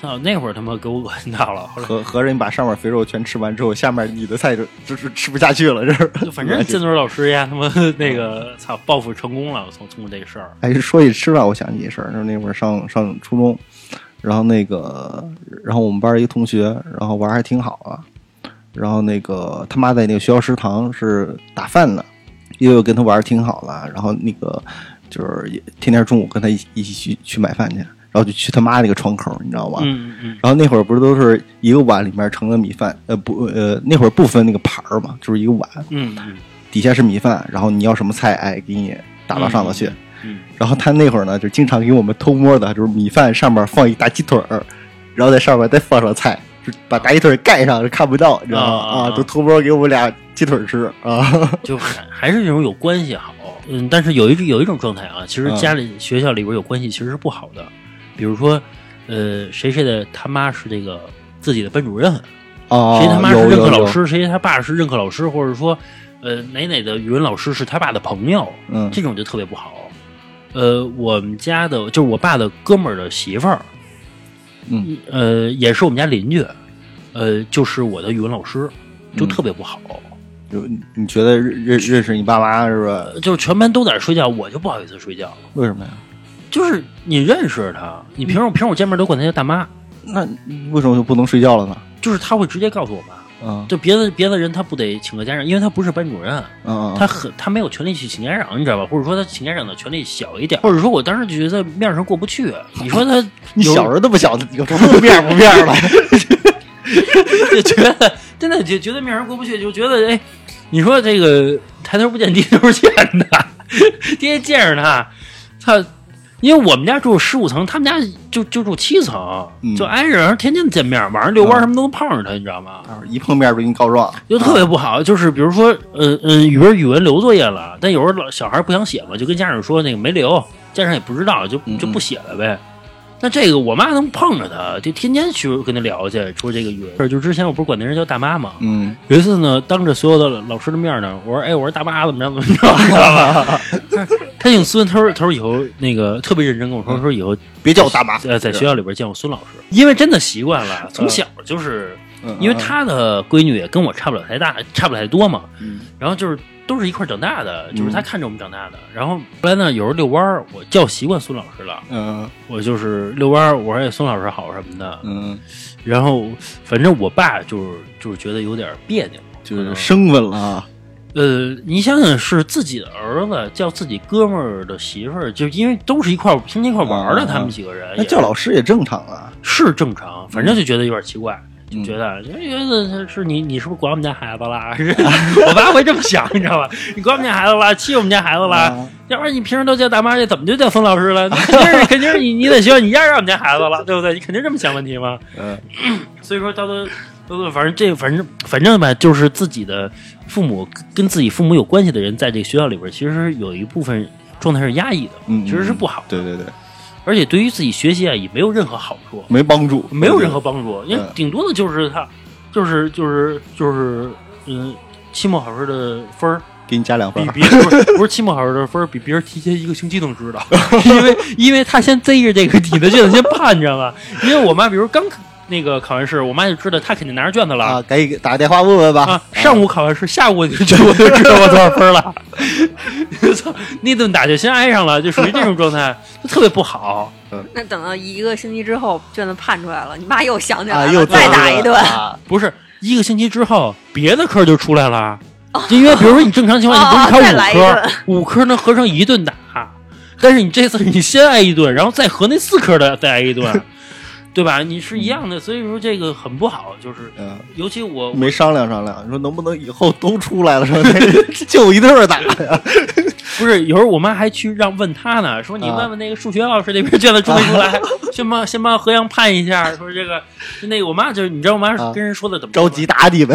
[SPEAKER 1] 操，那会儿他妈给我恶心到了，后来
[SPEAKER 2] 合合着你把上面肥肉全吃完之后，下面你的菜就就是吃不下去了，这是。
[SPEAKER 1] 就 反正嗯建墩老师呀，他妈那个操报复成功了，我从通过这个事儿，
[SPEAKER 2] 哎，说起吃饭，我想起一事儿，就是那会儿上上初中，然后那个，然后我们班儿一个同学，然后玩儿还挺好啊，然后那个他妈在那个学校食堂是打饭的，因为我跟他玩儿挺好了，然后那个就是也天天中午跟他一起一起去去买饭去，然后就去他妈那个窗口，你知道吧？
[SPEAKER 1] 嗯嗯
[SPEAKER 2] 然后那会儿不是都是一个碗里面盛的米饭，呃不呃那会儿不分那个盘儿嘛，就是一个碗，
[SPEAKER 1] 嗯嗯
[SPEAKER 2] 底下是米饭，然后你要什么菜，哎，给你打到上头去。
[SPEAKER 1] 嗯
[SPEAKER 2] 然后他那会儿呢，就经常给我们偷摸的，就是米饭上面放一大鸡腿儿，然后在上面再放上菜，就把大鸡腿盖上，就看不到，你知道吗？
[SPEAKER 1] 啊啊
[SPEAKER 2] 啊，就偷摸给我们俩鸡腿吃啊。
[SPEAKER 1] 就还还是那种有关系好，嗯，但是有一有一种状态啊，其实
[SPEAKER 2] 嗯
[SPEAKER 1] 家里、学校里边有关系其实是不好的，比如说，呃，谁谁的他妈是这个自己的班主任，
[SPEAKER 2] 哦，
[SPEAKER 1] 谁他妈是
[SPEAKER 2] 有
[SPEAKER 1] 任课老？
[SPEAKER 2] 有有
[SPEAKER 1] 师，谁他爸是任课老师，或者说，呃，哪哪的语文老师是他爸的朋友，
[SPEAKER 2] 嗯
[SPEAKER 1] 这种就特别不好。呃，我们家的就是我爸的哥们儿的媳妇儿，
[SPEAKER 2] 嗯，
[SPEAKER 1] 呃，也是我们家邻居，呃，就是我的语文老师，就
[SPEAKER 2] 嗯
[SPEAKER 1] 特别不好。
[SPEAKER 2] 就你觉得认认认识你爸妈是吧？
[SPEAKER 1] 就是全班都在睡觉，我就不好意思睡觉。
[SPEAKER 2] 为什么呀？
[SPEAKER 1] 就是你认识他，你
[SPEAKER 2] 嗯
[SPEAKER 1] 平时平时我见面都管他叫大妈，
[SPEAKER 2] 那你为什么就不能睡觉了呢？
[SPEAKER 1] 就是他会直接告诉我妈，
[SPEAKER 2] 嗯
[SPEAKER 1] 就别的别的人他不得请个家长，因为他不是班主任。
[SPEAKER 2] 嗯
[SPEAKER 1] 他很他没有权利去请家长，你知道吧？或者说他请家长的权利小一点，或者说我当时就觉得面上过不 去。你说他
[SPEAKER 2] 你
[SPEAKER 1] 有
[SPEAKER 2] 小时候那么小，你不不面不面了？
[SPEAKER 1] 就觉得真的就觉得面上过不去，就觉得哎，你说这个抬头不见低头见的，天天见着他，他因为我们家住十五层，他们家就就住七层，
[SPEAKER 2] 嗯
[SPEAKER 1] 就挨着，天天见面，晚上遛弯儿
[SPEAKER 2] 嗯
[SPEAKER 1] 什么都能碰上他，你知道吗？
[SPEAKER 2] 到时候 一碰面就给你告状，
[SPEAKER 1] 就特别不好，就是比如说，呃呃，语文语文留作业了，但有时候老小孩不想写嘛，就跟家长说那个没留，家长也不知道，就
[SPEAKER 2] 嗯嗯
[SPEAKER 1] 就不写了呗。那这个我妈能碰着他，就天天去跟他聊去，说这个语文事儿。就之前我不是管那人叫大妈嘛，
[SPEAKER 2] 嗯，
[SPEAKER 1] 有一次呢，当着所有的老师的面呢，我说：“哎，我说大妈怎么着 怎么着，知道 吧？”他姓孙，他说：“他说以后那个特别认真跟我说，说以后
[SPEAKER 2] 别叫我大妈，
[SPEAKER 1] 呃在学校里边见我孙老师，因为真的习惯了，从小就是。”
[SPEAKER 2] 嗯
[SPEAKER 1] 因为她的闺女也跟我差不了太大，差不了太多嘛。
[SPEAKER 2] 嗯
[SPEAKER 1] 然后就是都是一块儿长大的，就是
[SPEAKER 2] 嗯
[SPEAKER 1] 她看着我们长大的。然后后来呢，有时候遛弯儿，我叫习惯孙老师了，
[SPEAKER 2] 嗯
[SPEAKER 1] 我就是遛弯儿，我说哎孙老师好什么的。
[SPEAKER 2] 嗯，
[SPEAKER 1] 然后反正我爸就是就是觉得有点别扭，
[SPEAKER 2] 就是生分了啊，
[SPEAKER 1] 呃，你想想是自己的儿子叫自己哥们儿的媳妇儿，就因为都是一块儿天天一块儿玩儿的，
[SPEAKER 2] 嗯嗯
[SPEAKER 1] 他们
[SPEAKER 2] 嗯
[SPEAKER 1] 几个人
[SPEAKER 2] 那
[SPEAKER 1] 也
[SPEAKER 2] 叫老师也正常啊，
[SPEAKER 1] 是正常，反正就觉得有点奇怪。
[SPEAKER 2] 嗯
[SPEAKER 1] 觉得就觉得是你，你是不是管我们家孩子啦？是 我爸会这么想，你知道吧？你管我们家孩子啦，欺负我们家孩子啦，
[SPEAKER 2] 啊
[SPEAKER 1] 要不然你平时都叫大妈去，怎么就叫孙老师 了？肯定是肯定是你，你在学校你压着我们家孩子了，对不对？你肯定这么想问题吗？
[SPEAKER 2] 嗯
[SPEAKER 1] 所以说到最后，到最后反正这反正反正吧，就是自己的父母跟自己父母有关系的人，在这个学校里边，其实有一部分状态是压抑的，
[SPEAKER 2] 嗯，
[SPEAKER 1] 其实是不好的，
[SPEAKER 2] 对对对，
[SPEAKER 1] 而且对于自己学习啊也没有任何好处。啊
[SPEAKER 2] 没帮助，
[SPEAKER 1] 没有任何帮助，因为
[SPEAKER 2] 嗯
[SPEAKER 1] 顶多的就是他，就是就是就是，嗯，期末考试的分儿
[SPEAKER 2] 给你加两分
[SPEAKER 1] 比
[SPEAKER 2] 儿，
[SPEAKER 1] 别人不是不是期末考试的分儿比别人提前一个星期能知道， 因为因为他先贼着这个底子卷子先判，你知道吗？ 因为我妈比如刚那个考完试，我妈就知道她肯定拿着卷子了。
[SPEAKER 2] 啊，给打个电话问问吧。
[SPEAKER 1] 啊，上午考完试，下午我就我就知道我多少分了。 操，那顿打就先挨上了，就属于这种状态，就特别不好。
[SPEAKER 4] 那等到一个星期之后，卷子判出来了，你妈又想起来
[SPEAKER 2] 啊，
[SPEAKER 4] 了，
[SPEAKER 2] 又
[SPEAKER 4] 再打一顿。
[SPEAKER 2] 啊
[SPEAKER 1] 不是一个星期之后，别的科就出来了，就因为比如说你正常情况下，
[SPEAKER 4] 哦
[SPEAKER 1] 你不是
[SPEAKER 4] 再来
[SPEAKER 1] 你
[SPEAKER 4] 一
[SPEAKER 1] 考五
[SPEAKER 4] 顿
[SPEAKER 1] 科，五科能合成一顿打，但是你这次你先挨一顿，然后再合那四科的再挨 一顿，对吧？你是一样的，所以说这个很不好，就是
[SPEAKER 2] 嗯，
[SPEAKER 1] 尤其我
[SPEAKER 2] 没商量商量，你说能不能以后都出来了， 说就一 顿儿打呀？
[SPEAKER 1] 不是有时候我妈还去让问他呢，说你
[SPEAKER 2] 啊
[SPEAKER 1] 问问那个数学老师那边卷子出没出 来，先帮先帮何阳判一下，说这个那个我妈就是你知道我妈
[SPEAKER 2] 啊
[SPEAKER 1] 跟人说的怎么说
[SPEAKER 2] 着
[SPEAKER 1] 吗
[SPEAKER 2] 急 打你呗，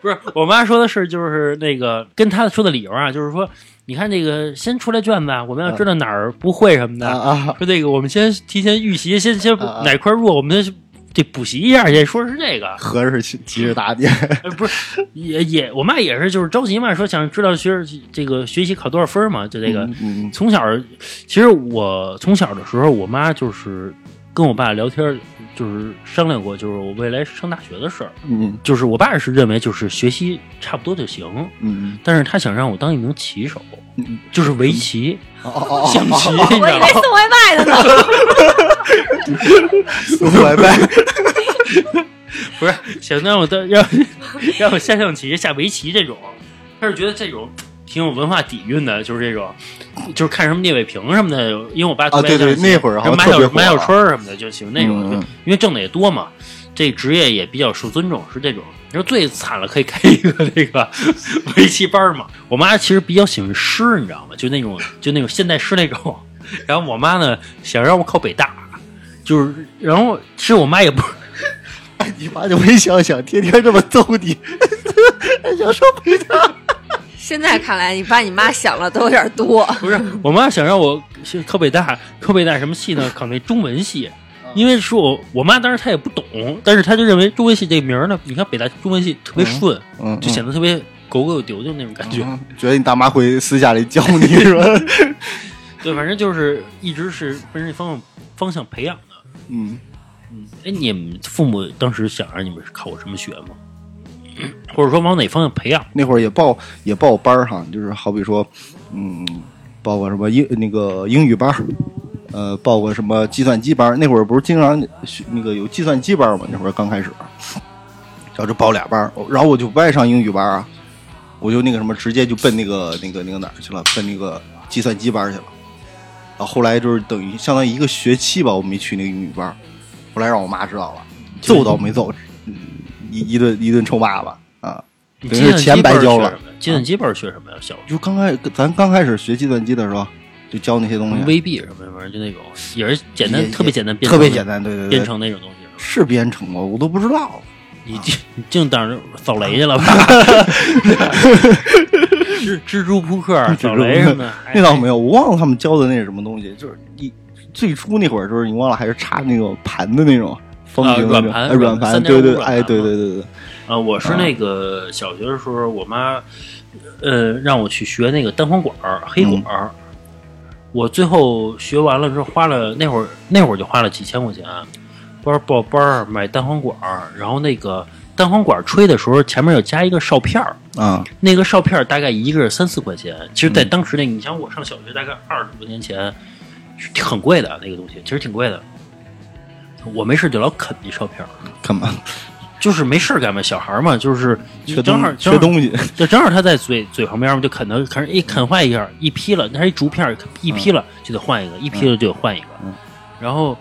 [SPEAKER 1] 不是，我妈说的是，就是那个跟她说的理由啊，就是说，你看这个先出来卷子啊，我们要知道哪儿不会什么的，
[SPEAKER 2] 嗯啊啊！
[SPEAKER 1] 说这个我们先提前预习，先先
[SPEAKER 2] 啊啊
[SPEAKER 1] 哪块弱，我们先得补习一下去。说是这个，
[SPEAKER 2] 合着是急着打你，
[SPEAKER 1] 呃、不是也也，我妈也是就是着急嘛，说想知道学这个学习考多少分嘛，就这个。
[SPEAKER 2] 嗯，嗯
[SPEAKER 1] 从小，其实我从小的时候，我妈就是跟我爸聊天，就是商量过，就是我未来上大学的事儿。
[SPEAKER 2] 嗯
[SPEAKER 1] 就是我爸是认为就是学习差不多就行，
[SPEAKER 2] 嗯
[SPEAKER 1] 但是他想让我当一名棋手，
[SPEAKER 2] 嗯嗯，
[SPEAKER 1] 就是围棋、
[SPEAKER 2] 哦哦哦，
[SPEAKER 1] 象棋，你知
[SPEAKER 4] 我
[SPEAKER 1] 道
[SPEAKER 4] 以
[SPEAKER 1] 吗
[SPEAKER 4] 为？送外卖的呢，
[SPEAKER 2] 拜拜，
[SPEAKER 1] 不是想让我当让让我下象棋、下围棋这种，他是觉得这种挺有文化底蕴的，就是这种，就是看什么聂卫平什么的，因为我爸特
[SPEAKER 2] 啊，
[SPEAKER 1] 别爱
[SPEAKER 2] 对对，
[SPEAKER 1] 象棋
[SPEAKER 2] 那会儿好像
[SPEAKER 1] 马
[SPEAKER 2] 特别
[SPEAKER 1] 小
[SPEAKER 2] 火
[SPEAKER 1] 马小春儿什么的就喜欢那种，
[SPEAKER 2] 嗯
[SPEAKER 1] 就
[SPEAKER 2] 嗯
[SPEAKER 1] 因为挣的也多嘛，这职业也比较受尊重，是这种。你说最惨了，可以开一个那个 围棋班儿嘛。我妈其实比较喜欢诗，你知道吗？就那种就那种现代诗那种。 然后我妈呢想让我考北大，就是然后其实我妈也不
[SPEAKER 2] 你妈就没想想，天天这么揍你， 想说陪他，
[SPEAKER 4] 现在看来，你爸你妈想了都有点 多。
[SPEAKER 1] 不是，我妈想让我去考北大，考北大什么系呢？考那中文系，
[SPEAKER 2] 嗯
[SPEAKER 1] 因为说我我妈当时她也不懂，但是她就认为中文系这名儿呢，你看北大中文系特别顺，
[SPEAKER 2] 嗯
[SPEAKER 1] 就显得特别狗狗丢丢那种感觉。
[SPEAKER 2] 觉得你大妈会私下里教你是吧？
[SPEAKER 1] 对，反正就是一直是奔着这方向方向培养的。
[SPEAKER 2] 嗯，
[SPEAKER 1] 哎，你们父母当时想让你们考什么学吗？ 或者说往哪方向培养？
[SPEAKER 2] 那会儿也报也报班儿哈，就是好比说，嗯，报过什么英那个英语班儿，呃，报过什么计算机班儿。那会儿不是经常学那个有计算机班儿嘛？那会儿刚开始，然后就报俩班儿，然后我就不爱上英语班儿啊，我就那个什么直接就奔那个那个那个哪儿去了，奔那个计算机班儿去了。然后后来就是等于相当于一个学期吧，我没去那个英语班儿，后来让我妈知道了，揍倒没揍，嗯一一顿一顿臭骂吧啊。
[SPEAKER 1] 你
[SPEAKER 2] 等于
[SPEAKER 1] 计算
[SPEAKER 2] 是
[SPEAKER 1] 机
[SPEAKER 2] 钱白
[SPEAKER 1] 班儿
[SPEAKER 2] 交
[SPEAKER 1] 学
[SPEAKER 2] 了
[SPEAKER 1] 什么呀计算机班儿学什么呀？小时候
[SPEAKER 2] 就刚开咱刚开始学计算机的时候，就教那些东西，
[SPEAKER 1] V B 什么什么，就那种也是简
[SPEAKER 2] 嗯也
[SPEAKER 1] 单，
[SPEAKER 2] 也
[SPEAKER 1] 特别简单编程，
[SPEAKER 2] 特别简单，对对
[SPEAKER 1] 编
[SPEAKER 2] 对，
[SPEAKER 1] 程那种东西。是吧
[SPEAKER 2] 是编程吗？我都不知道。
[SPEAKER 1] 你净你净当着扫雷去了吧？ 蜘蜘蛛扑 克、扫雷什么的，哎
[SPEAKER 2] 那倒没有，哎我忘了他们教的那是什么东西，就是一最初那会儿，就是你忘了还是插那种盘的那种方
[SPEAKER 1] 啊
[SPEAKER 2] 形的那种
[SPEAKER 1] 软盘
[SPEAKER 2] 哎软盘，
[SPEAKER 1] 3.5
[SPEAKER 2] 对对，
[SPEAKER 1] 软盘
[SPEAKER 2] 哎对
[SPEAKER 1] 嘛
[SPEAKER 2] 对对对，
[SPEAKER 1] 啊，我是那个小学的时候，我妈呃让我去学那个单簧管儿、黑管儿。我最后学完了之后，花了那会儿那会儿就花了几千块钱，班儿报班儿买单簧管儿，然后那个单簧管儿吹的时候前面有加一个哨片儿，
[SPEAKER 2] 啊
[SPEAKER 1] 那个哨片儿大概一个是三四块钱。其实，在当时那个，你想我上小学大概二十多年前，是挺很贵的那个东西，其实挺贵的。我没事就老啃那哨片儿，
[SPEAKER 2] 干嘛？
[SPEAKER 1] 就是没事儿干嘛，小孩儿嘛，就是
[SPEAKER 2] 缺
[SPEAKER 1] 正好
[SPEAKER 2] 东缺
[SPEAKER 1] 西。
[SPEAKER 2] 嗯东西，
[SPEAKER 1] 就正好他在嘴嘴旁边嘛，就啃它，啃一啃坏一下，一劈了，那是一竹片儿，一劈了就得换一个，一劈了就得换一个。
[SPEAKER 2] 嗯
[SPEAKER 1] 然后，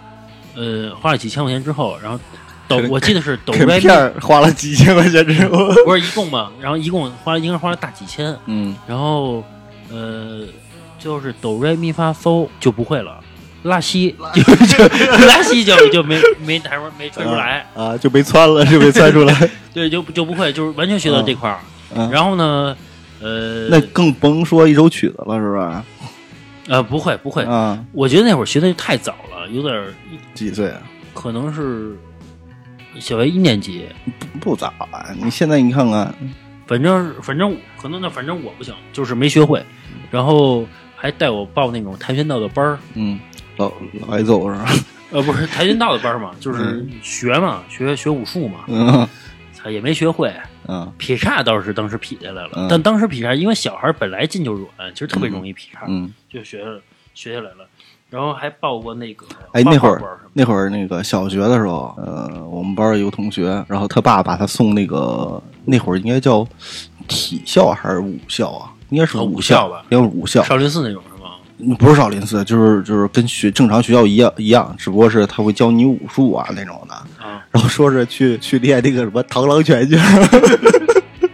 [SPEAKER 1] 呃，花了几千块钱之后，然后抖，我记得是抖
[SPEAKER 2] 给
[SPEAKER 1] 歪
[SPEAKER 2] 片儿花了几千块钱 之后，
[SPEAKER 1] 不是一共嘛，然后一共花了应该花了大几千，
[SPEAKER 2] 嗯，
[SPEAKER 1] 然后，呃，就是哆来咪发嗦就不会了，拉西就就 拉西就就没没弹出没吹出来，
[SPEAKER 2] 啊，就被窜了， 就被窜出来，
[SPEAKER 1] 对，就就不会，就是完全学到这块儿。
[SPEAKER 2] 嗯，
[SPEAKER 1] 然后呢，呃，
[SPEAKER 2] 那更甭说一首曲子了，是吧？
[SPEAKER 1] 呃不会不会，
[SPEAKER 2] 啊，
[SPEAKER 1] 我觉得那会儿学的太早了，有点儿
[SPEAKER 2] 几岁啊？
[SPEAKER 1] 可能是小学一年级，
[SPEAKER 2] 不早啊！你现在你看看，
[SPEAKER 1] 反正反正可能那反正我不行，就是没学会，然后还带我报那种跆拳道的班儿。
[SPEAKER 2] 嗯，老老挨揍是吧？
[SPEAKER 1] 呃，不是跆拳道的班儿嘛，就是学嘛，学学武术嘛，
[SPEAKER 2] 嗯
[SPEAKER 1] 操也没学会。
[SPEAKER 2] 嗯
[SPEAKER 1] 劈叉倒是当时劈下来了，
[SPEAKER 2] 嗯
[SPEAKER 1] 但当时劈叉，因为小孩本来筋就软，其实特别容易劈叉，
[SPEAKER 2] 嗯，
[SPEAKER 1] 就学学下来了。然后还报过那个，
[SPEAKER 2] 哎，
[SPEAKER 1] 画画
[SPEAKER 2] 那会
[SPEAKER 1] 班什
[SPEAKER 2] 儿
[SPEAKER 1] 么的
[SPEAKER 2] 那会儿那个小学的时候，呃，我们班有一个同学，然后他爸把他送那个那会儿应该叫体校还是武校啊？应该是
[SPEAKER 1] 啊武
[SPEAKER 2] 校
[SPEAKER 1] 校吧
[SPEAKER 2] 应该是武校，
[SPEAKER 1] 少林寺那种是吗？
[SPEAKER 2] 不是少林寺，就是就是跟学正常学校一样一样，只不过是他会教你武术啊那种的。
[SPEAKER 1] 啊，
[SPEAKER 2] 然后说是去去练那个什么螳螂拳去。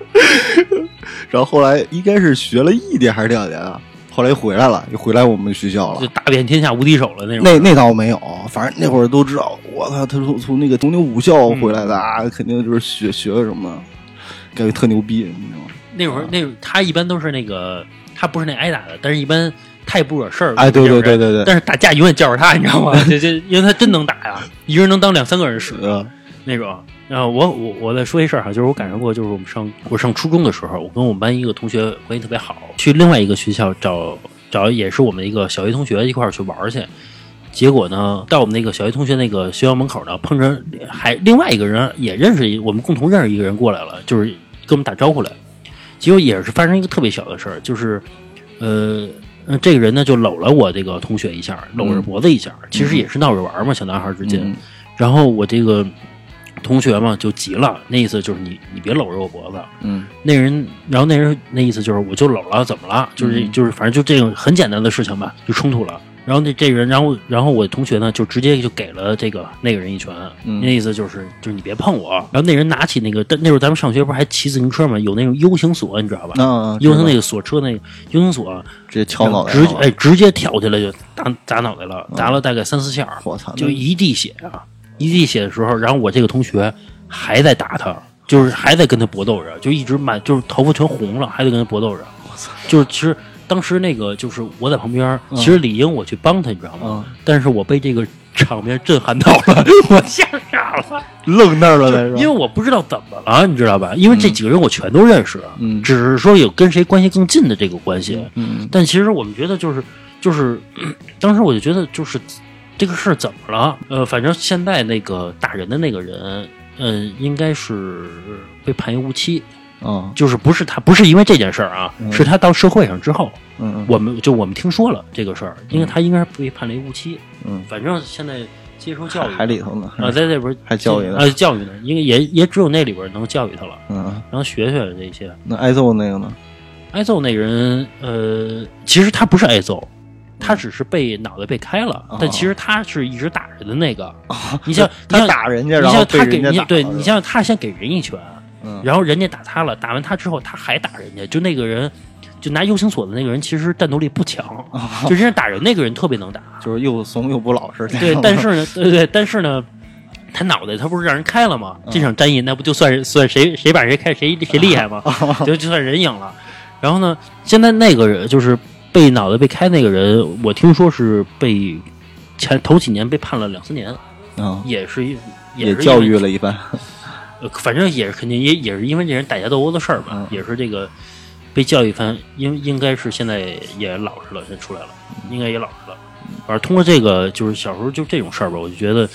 [SPEAKER 2] 然后后来应该是学了一年还是两年啊，后来又回来了，又回来我们学校
[SPEAKER 1] 就
[SPEAKER 2] 了。
[SPEAKER 1] 大遍天下无敌手了那种。
[SPEAKER 2] 那那倒没有，反正那会儿都知道，我操，他从从那个东牛武校回来的
[SPEAKER 1] 嗯
[SPEAKER 2] 啊，肯定就是学学了什么，感觉特牛逼，你知道吗？
[SPEAKER 1] 那会儿那会儿他一般都是那个，他不是那挨打的，但是一般他也不惹事儿。
[SPEAKER 2] 哎，对对
[SPEAKER 1] 对。
[SPEAKER 2] 对对对，
[SPEAKER 1] 但是打架永远叫着他，你知道吗？ 这这，因为他真能打呀，一个人能当两三个人使。
[SPEAKER 2] 呃，
[SPEAKER 1] 那种。然后我我我再说一事儿哈，就是我赶上过，就是我们上我上初中的时候，我跟我们班一个同学关系特别好，去另外一个学校找找也是我们一个小学同学一块儿去玩儿去。结果呢，到我们那个小学同学那个学校门口呢，碰着还另外一个人也认识一，我们共同认识一个人过来了，就是跟我们打招呼来。结果也是发生一个特别小的事儿，就是呃。呃这个人呢，就搂了我这个同学一下，搂着脖子一下，其实也是闹着玩儿嘛，小男孩儿之间。
[SPEAKER 2] 嗯
[SPEAKER 1] 然后我这个同学嘛就急了，那意思就是你你别搂着我脖子。
[SPEAKER 2] 嗯
[SPEAKER 1] 那人，然后那人那意思就是我就搂了，怎么了？就是、
[SPEAKER 2] 嗯
[SPEAKER 1] 就是反正就这种很简单的事情吧，就冲突了。然后那这个人，然后然后我同学呢就直接就给了这个那个人一拳，
[SPEAKER 2] 嗯
[SPEAKER 1] 那意思就是就是你别碰我。然后那人拿起那个，但那会儿咱们上学不是还骑自行车嘛，有那种 U 型锁，你知道吧？
[SPEAKER 2] 那
[SPEAKER 1] U 型那个锁车那个 U 型锁，啊
[SPEAKER 2] 直接敲嗯脑袋嗯
[SPEAKER 1] 直
[SPEAKER 2] 上
[SPEAKER 1] 接
[SPEAKER 2] 了，
[SPEAKER 1] 哎直接挑起来就打砸脑袋了，砸了大概三四下儿。
[SPEAKER 2] 我操，
[SPEAKER 1] 就一地血啊，一地血的时候，然后我这个同学还在打他，就是还在跟他搏斗着，就一直满就是头发全红了，还在跟他搏斗着。我操！就是其实当时那个就是我在旁边，
[SPEAKER 2] 嗯
[SPEAKER 1] 其实理应我去帮他，你知道吗？
[SPEAKER 2] 嗯
[SPEAKER 1] 但是我被这个场面震撼到了， 我吓傻了，
[SPEAKER 2] 愣那儿了，那是
[SPEAKER 1] 因
[SPEAKER 2] 吧
[SPEAKER 1] 为我不知道怎么了，你知道吧？因为这几个人我全都认识，
[SPEAKER 2] 嗯
[SPEAKER 1] 只是说有跟谁关系更近的这个关系。
[SPEAKER 2] 嗯
[SPEAKER 1] 但其实我们觉得就是就是， 当时我就觉得就是这个事儿怎么了？呃，反正现在那个打人的那个人，嗯、应该是被判一无期，
[SPEAKER 2] 嗯
[SPEAKER 1] 就是不是他不是因为这件事儿啊，
[SPEAKER 2] 嗯
[SPEAKER 1] 是他到社会上之后，
[SPEAKER 2] 嗯
[SPEAKER 1] 我们就我们听说了这个事儿，因为他应该是被判了一无期。
[SPEAKER 2] 嗯，
[SPEAKER 1] 反正现在接受教育
[SPEAKER 2] 嗯，还里头呢，
[SPEAKER 1] 啊，在这边
[SPEAKER 2] 还教育呢
[SPEAKER 1] 啊，教育呢，应该也也只有那里边能教育他了，
[SPEAKER 2] 嗯，
[SPEAKER 1] 然后学学这些。
[SPEAKER 2] 那挨揍那个呢？
[SPEAKER 1] 挨揍那人，呃，其实他不是挨揍，他只是被脑袋被开了，
[SPEAKER 2] 嗯哦
[SPEAKER 1] 但其实他是一直打人的那个。你像你
[SPEAKER 2] 他
[SPEAKER 1] 像
[SPEAKER 2] 打人家，
[SPEAKER 1] 你
[SPEAKER 2] 然后
[SPEAKER 1] 像
[SPEAKER 2] 被
[SPEAKER 1] 他给
[SPEAKER 2] 人家
[SPEAKER 1] 你
[SPEAKER 2] 打
[SPEAKER 1] 对
[SPEAKER 2] 了
[SPEAKER 1] 你像他先给人一拳，
[SPEAKER 2] 嗯
[SPEAKER 1] 然后人家打他了，打完他之后他还打人家，就那个人就拿 U 型锁的那个人，其实战斗力不强，
[SPEAKER 2] 哦
[SPEAKER 1] 就真正打人那个人特别能打。
[SPEAKER 2] 就是又怂又不老实。
[SPEAKER 1] 对，但是呢，对对，但是呢，他脑袋他不是让人开了吗？这
[SPEAKER 2] 嗯
[SPEAKER 1] 场战役那不就算是算谁谁把谁开谁谁厉害吗？
[SPEAKER 2] 哦
[SPEAKER 1] 就就算人赢了。然后呢，现在那个人就是被脑袋被开那个人，我听说是被前头几年被判了两三年，
[SPEAKER 2] 嗯，
[SPEAKER 1] 也是一也
[SPEAKER 2] 也
[SPEAKER 1] 是
[SPEAKER 2] 教育
[SPEAKER 1] 了。
[SPEAKER 2] 了一番，
[SPEAKER 1] 呃，反正也是肯定也也是因为这人打架斗殴的事儿吧，
[SPEAKER 2] 嗯
[SPEAKER 1] 也是这个被教育一番，应应该是现在也老实了，现在出来了，
[SPEAKER 2] 嗯
[SPEAKER 1] 应该也老实了。反正通过这个，就是小时候就这种事儿吧，我就觉得，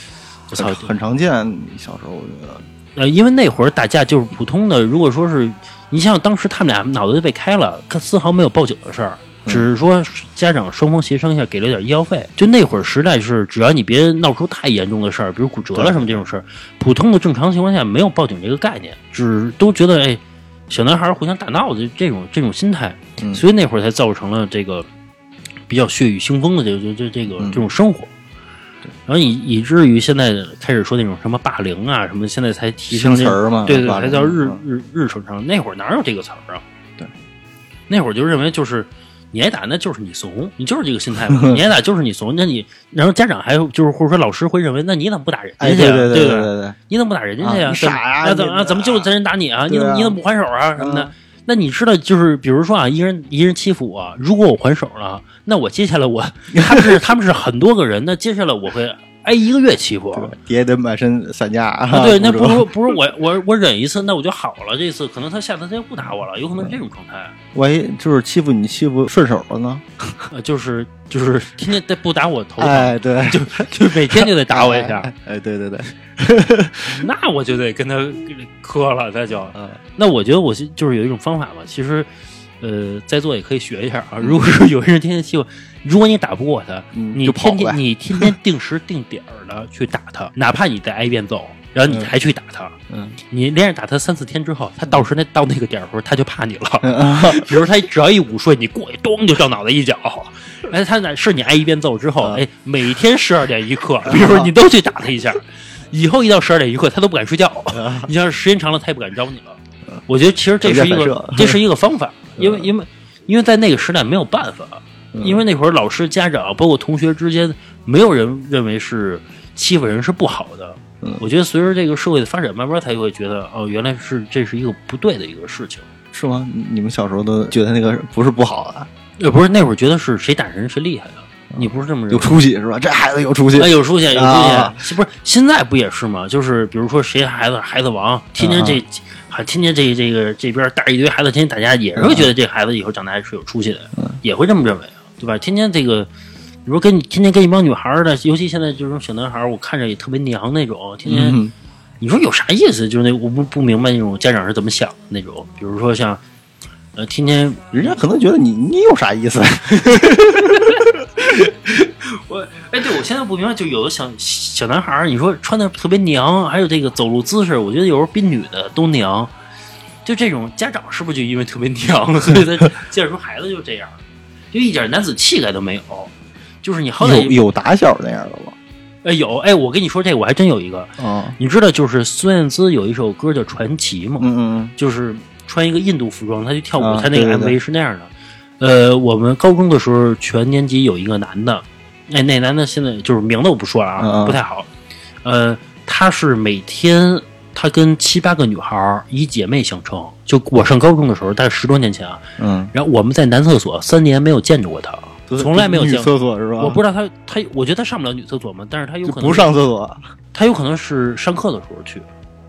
[SPEAKER 1] 我操，
[SPEAKER 2] 很常见。小时候我觉得，
[SPEAKER 1] 呃，因为那会儿打架就是普通的，如果说是你想想当时他们俩脑袋就被开了，可丝毫没有报警的事儿，只是说家长双方协商一下给了点医药费。就那会儿时代是，只要你别闹出太严重的事儿，比如骨折了
[SPEAKER 2] 对
[SPEAKER 1] 什么这种事儿，普通的正常情况下没有报警这个概念，只都觉得哎，小男孩儿互相打闹的这种这种心态，
[SPEAKER 2] 嗯
[SPEAKER 1] 所以那会儿才造成了这个比较血雨腥风的这个这这这个
[SPEAKER 2] 嗯
[SPEAKER 1] 这种生活。然后以以至于现在开始说那种什么霸凌啊什么，现在才提升
[SPEAKER 2] 新词儿嘛
[SPEAKER 1] 对对，
[SPEAKER 2] 霸
[SPEAKER 1] 才
[SPEAKER 2] 凌
[SPEAKER 1] 叫日
[SPEAKER 2] 嗯
[SPEAKER 1] 日日程上。那会儿哪有这个词儿啊？
[SPEAKER 2] 对，
[SPEAKER 1] 那会儿就认为就是你挨打，那就是你怂，你就是这个心态 嘛。你挨打就是你怂，那你然后家长还有就是或者说老师会认为，那你怎么不打人家
[SPEAKER 2] 哎，
[SPEAKER 1] 去
[SPEAKER 2] 对
[SPEAKER 1] 啊？
[SPEAKER 2] 对
[SPEAKER 1] 对
[SPEAKER 2] 对
[SPEAKER 1] 吧
[SPEAKER 2] 对对，
[SPEAKER 1] 你怎么不打人家去
[SPEAKER 2] 啊
[SPEAKER 1] 呀？
[SPEAKER 2] 你傻呀
[SPEAKER 1] 呀？怎么
[SPEAKER 2] 你
[SPEAKER 1] 啊？怎么就真人打你啊？你怎
[SPEAKER 2] 对
[SPEAKER 1] 么
[SPEAKER 2] 啊
[SPEAKER 1] 你怎么不还手啊？什么的
[SPEAKER 2] 嗯？
[SPEAKER 1] 那你知道，就是比如说啊，一人一人欺负我，如果我还手了，那我接下来 我他们是他们是很多个人，那接下来我会挨一个月欺负。
[SPEAKER 2] 也得满身散架
[SPEAKER 1] 啊，
[SPEAKER 2] 啊
[SPEAKER 1] 对，那不如 不如我我我忍一次，那我就好了。这次可能他下次他就不打我了，有可能是这种状 态，
[SPEAKER 2] 万一就是欺负你欺负顺手了呢？
[SPEAKER 1] 呃，就是就是天天在不打我头疼，
[SPEAKER 2] 哎，对，
[SPEAKER 1] 就就每天就得打我一 下，
[SPEAKER 2] 哎。哎，对对对，
[SPEAKER 1] 那我就得跟他磕了，那就。
[SPEAKER 2] 嗯，
[SPEAKER 1] 那我觉得我是就是有一种方法吧，其实，呃，在座也可以学一下啊。如果说有人天天欺负，如果你打不过他，
[SPEAKER 2] 嗯
[SPEAKER 1] 你
[SPEAKER 2] 就跑
[SPEAKER 1] 天天
[SPEAKER 2] 呗
[SPEAKER 1] 你天天定时定点儿的去打他，哪怕你再挨一遍揍，然后你
[SPEAKER 2] 嗯
[SPEAKER 1] 还去打他，
[SPEAKER 2] 嗯，
[SPEAKER 1] 你连着打他三四天之后，他到时那到那个点儿的时候，他就怕你了。 比如他只要一午睡，你过去咚就掉脑袋一脚。哎，他哪是你挨一遍揍之后，
[SPEAKER 2] 嗯
[SPEAKER 1] 哎，每天十二点一刻，比如说你都去打他一下，以后一到十二点一刻，他都不敢睡觉。你要是时间长了，他也不敢招你了。我觉得其实这是一
[SPEAKER 2] 条件
[SPEAKER 1] 个
[SPEAKER 2] 反射
[SPEAKER 1] 这是一个方法，因为因为因为在那个时代没有办法，因为那会儿老师、家长包括同学之间，没有人认为是欺负人是不好的。
[SPEAKER 2] 嗯
[SPEAKER 1] 我觉得随着这个社会的发展，慢慢才会觉得哦，原来是这是一个不对的一个事情。
[SPEAKER 2] 是吗？你你们小时候都觉得那个不是不好啊，
[SPEAKER 1] 呃，不是那会儿觉得是谁打人谁厉害啊，你不是这么认
[SPEAKER 2] 有
[SPEAKER 1] 为？
[SPEAKER 2] 出息是吧？这孩子有出 息
[SPEAKER 1] 哎，，有出现，有出现
[SPEAKER 2] 啊，
[SPEAKER 1] 是不是现在不也是吗？就是比如说谁孩子孩子王，天天
[SPEAKER 2] 嗯
[SPEAKER 1] 这，啊，天天这这个这边带着一堆孩子，天天打架，也是
[SPEAKER 2] 嗯
[SPEAKER 1] 会觉得这孩子以后长大是有出息的，也会这么认为啊，对吧？天天这个，比如跟天天跟一帮女孩儿的，尤其现在这种小男孩儿，我看着也特别娘那种，天天。
[SPEAKER 2] 嗯，
[SPEAKER 1] 你说有啥意思？就是那我不不明白那种家长是怎么想的那种，比如说像，呃，天天
[SPEAKER 2] 人家可能觉得你你有啥意思？
[SPEAKER 1] 我哎，对我现在不明白，就有的小小男孩儿，你说穿的特别娘，还有这个走路姿势，我觉得有时候比女的都娘。就这种家长是不是就因为特别娘，所以他 接着说孩子就这样，就一点男子气概都没有。就是你好歹
[SPEAKER 2] 有有打小那样的吗？
[SPEAKER 1] 哎有哎，我跟你说这个，我还真有一个。
[SPEAKER 2] 啊，
[SPEAKER 1] 你知道，就是孙燕姿有一首歌叫《传奇》吗？
[SPEAKER 2] 嗯嗯
[SPEAKER 1] 就是穿一个印度服装，他去跳舞，
[SPEAKER 2] 啊
[SPEAKER 1] 他那个
[SPEAKER 2] 对对
[SPEAKER 1] MV 是那样的。呃，我们高中的时候，全年级有一个男的，哎，那男的现在就是名字我不说了
[SPEAKER 2] 嗯
[SPEAKER 1] 啊，
[SPEAKER 2] 嗯
[SPEAKER 1] 不太好。呃，他是每天他跟七八个女孩儿以姐妹相称，就我上高中的时候，大概十多年前啊。
[SPEAKER 2] 嗯
[SPEAKER 1] 然后我们在男厕所三年没有见着过他，
[SPEAKER 2] 嗯，
[SPEAKER 1] 从来没有
[SPEAKER 2] 女
[SPEAKER 1] 见过。
[SPEAKER 2] 厕所是吧？
[SPEAKER 1] 我不知道他他，我觉得他上不了女厕所嘛，但是他有
[SPEAKER 2] 就
[SPEAKER 1] 可能
[SPEAKER 2] 不上厕所，
[SPEAKER 1] 他有可能是上课的时候去，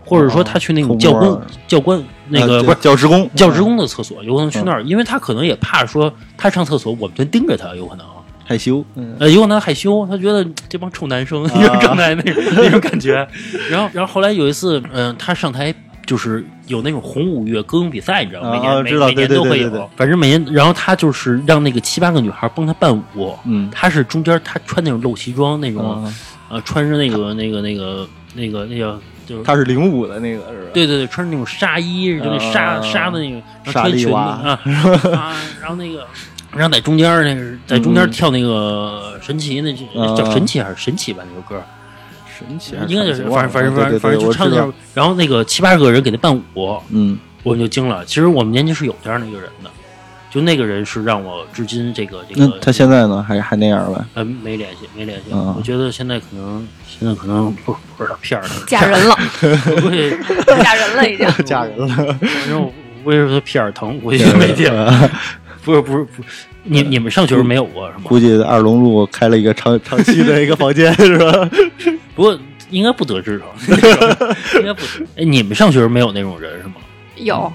[SPEAKER 1] 或者说他去那种
[SPEAKER 2] 哦
[SPEAKER 1] 教
[SPEAKER 2] 偷摸
[SPEAKER 1] 官
[SPEAKER 2] 儿
[SPEAKER 1] 教官那个
[SPEAKER 2] 啊
[SPEAKER 1] 不是
[SPEAKER 2] 教职工，
[SPEAKER 1] 教职工的厕所，有可能去那
[SPEAKER 2] 嗯
[SPEAKER 1] 儿，因为他可能也怕说他上厕所我们就盯着他，有可能，
[SPEAKER 2] 害羞，嗯
[SPEAKER 1] 呃，有可能他害羞，他觉得嗯这帮臭男生
[SPEAKER 2] 啊
[SPEAKER 1] 一种状态那种那种感觉。然后，然后后来有一次，嗯、他上台就是有那种红五月歌咏比赛，你知道吗？每年、
[SPEAKER 2] 啊
[SPEAKER 1] 每
[SPEAKER 2] 知道
[SPEAKER 1] 每年
[SPEAKER 2] 对对
[SPEAKER 1] 都会
[SPEAKER 2] 对
[SPEAKER 1] 有，
[SPEAKER 2] 对对
[SPEAKER 1] 反正每年，然后他就是让那个七八个女孩帮他伴舞，
[SPEAKER 2] 嗯
[SPEAKER 1] 他是中间他穿那种露脐装那种，
[SPEAKER 2] 啊，
[SPEAKER 1] 呃，穿着那个那个那个那个那叫就是。
[SPEAKER 2] 他是零五的那个是吧？
[SPEAKER 1] 对对对，穿着那种纱衣，就那纱、
[SPEAKER 2] 啊
[SPEAKER 1] 纱的那个，然后
[SPEAKER 2] 纱
[SPEAKER 1] 穿一裙
[SPEAKER 2] 丽
[SPEAKER 1] 子
[SPEAKER 2] 娃
[SPEAKER 1] 啊啊，然后那个，然后在中间儿那个，在中间儿
[SPEAKER 2] 嗯
[SPEAKER 1] 跳那个神奇，那
[SPEAKER 2] 啊
[SPEAKER 1] 叫神奇还是神奇吧？那首歌
[SPEAKER 2] 神奇还
[SPEAKER 1] 应该就是
[SPEAKER 2] 神奇
[SPEAKER 1] 反正反正
[SPEAKER 2] 忘
[SPEAKER 1] 反
[SPEAKER 2] 了对对
[SPEAKER 1] 正
[SPEAKER 2] 对
[SPEAKER 1] 反正就
[SPEAKER 2] 我
[SPEAKER 1] 唱
[SPEAKER 2] 知
[SPEAKER 1] 那
[SPEAKER 2] 道
[SPEAKER 1] 样。然后那个七八个人给他伴舞，
[SPEAKER 2] 嗯
[SPEAKER 1] 我们就惊了。其实我们年级是有这样的一个人的，就那个人是让我至今这个这
[SPEAKER 2] 那
[SPEAKER 1] 个
[SPEAKER 2] 嗯他现在呢，还还那样呗？
[SPEAKER 1] 呃没联系没联系，
[SPEAKER 2] 啊
[SPEAKER 1] 我觉得现在可能现在可能不不知道骗儿他，
[SPEAKER 5] 嫁人了，
[SPEAKER 1] 我估计
[SPEAKER 5] 嫁人了已经。
[SPEAKER 2] 嫁人 了，
[SPEAKER 1] 反正我为什么他屁眼疼？我就没听。不是不是不是，你你们上学时候没有过是吗？
[SPEAKER 2] 估计二龙路开了一个长长期的一个房间是吧？
[SPEAKER 1] 不过应该不得志吧？ 应该不 得。哎，你们上学时候没有那种人是吗？
[SPEAKER 5] 有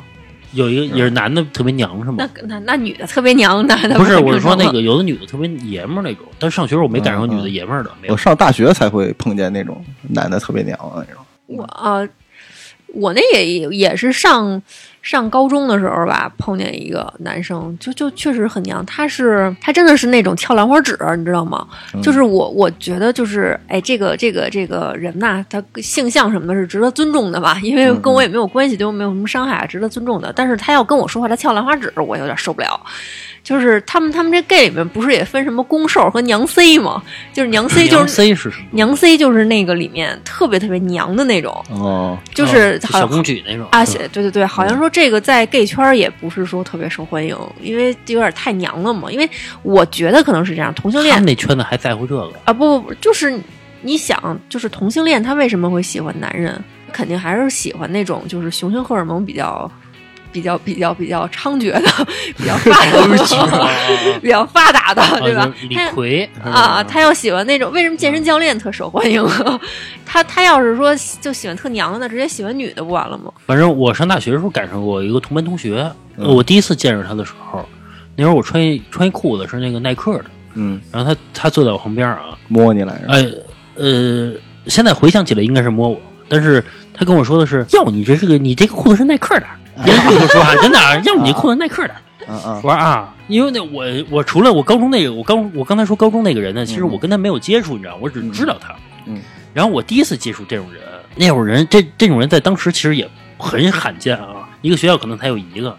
[SPEAKER 1] 有一个也是男的特别娘是
[SPEAKER 5] 嗯那
[SPEAKER 1] 吗？
[SPEAKER 5] 那那女的特别娘，男的
[SPEAKER 1] 不是，我是
[SPEAKER 5] 正
[SPEAKER 1] 说
[SPEAKER 5] 常
[SPEAKER 1] 那
[SPEAKER 5] 吗
[SPEAKER 1] 个有的女的特别爷们儿那种，但上学时候我没赶上女的爷们儿的，没有
[SPEAKER 2] 我。上大学才会碰见那种男的特别娘的那种。
[SPEAKER 5] 我呃，我那也也也是上上高中的时候吧，碰见一个男生，就就确实很娘。他是他真的是那种跳兰花指，你知道吗？就是我我觉得就是哎，这个这个这个人呐、他性向什么的是值得尊重的吧，因为跟我也没有关系，对我没有什么伤害，啊值得尊重的。但是他要跟我说话，他翘兰花指，我有点受不了。就是他们他们这 gay 里面不是也分什么公受和娘 C 吗？就是娘 C 就
[SPEAKER 1] 娘
[SPEAKER 5] 是。
[SPEAKER 1] C 是什么？
[SPEAKER 5] 娘 C 就是那个里面特别特别娘的那种，
[SPEAKER 2] 哦，
[SPEAKER 5] 就是
[SPEAKER 1] 哦
[SPEAKER 5] 好
[SPEAKER 1] 小
[SPEAKER 5] 像
[SPEAKER 1] 公举那种
[SPEAKER 5] 啊，写对对对，好像说这个在 gay 圈儿也不是说特别受欢迎，因为有点太娘了嘛。因为我觉得可能是这样，同性
[SPEAKER 1] 他
[SPEAKER 5] 恋
[SPEAKER 1] 们那圈子还在乎这 个，
[SPEAKER 5] 啊，不不不，就是你想，就是同性恋他为什么会喜欢男人？肯定还是喜欢那种就是雄性荷尔蒙比较比较比较比较猖獗的，比较发 达的，比较发达的，啊对吧
[SPEAKER 1] 啊？李
[SPEAKER 5] 他
[SPEAKER 1] 逵嗯
[SPEAKER 5] 啊，他要喜欢那种为什么健身教练特受欢迎？啊 他他要是说就喜欢特娘的，那直接喜欢女的不完了吗？
[SPEAKER 1] 反正我上大学的时候赶上过一个同班同学，我第一次见着他的时候，那时候我穿一穿一裤子是那个耐克的，
[SPEAKER 2] 嗯，
[SPEAKER 1] 然后他他坐在我旁边啊，
[SPEAKER 2] 摸你来着？
[SPEAKER 1] 哎呃，现在回想起来应该是摸我，但是他跟我说的是，要你这是个你这个裤子是耐克的，别人跟我说啊，真的啊，要你这裤子耐克的。
[SPEAKER 2] 啊
[SPEAKER 1] 我
[SPEAKER 2] 啊，
[SPEAKER 1] 说啊，因为那我我除了我高中那个，我刚我刚才说高中那个人呢，其实
[SPEAKER 2] 嗯
[SPEAKER 1] 我跟他没有接触，你知道，我只知道他。
[SPEAKER 2] 嗯。
[SPEAKER 1] 然后我第一次接触这种人，那会儿人这这种人在当时其实也很罕见啊，一个学校可能才有一个。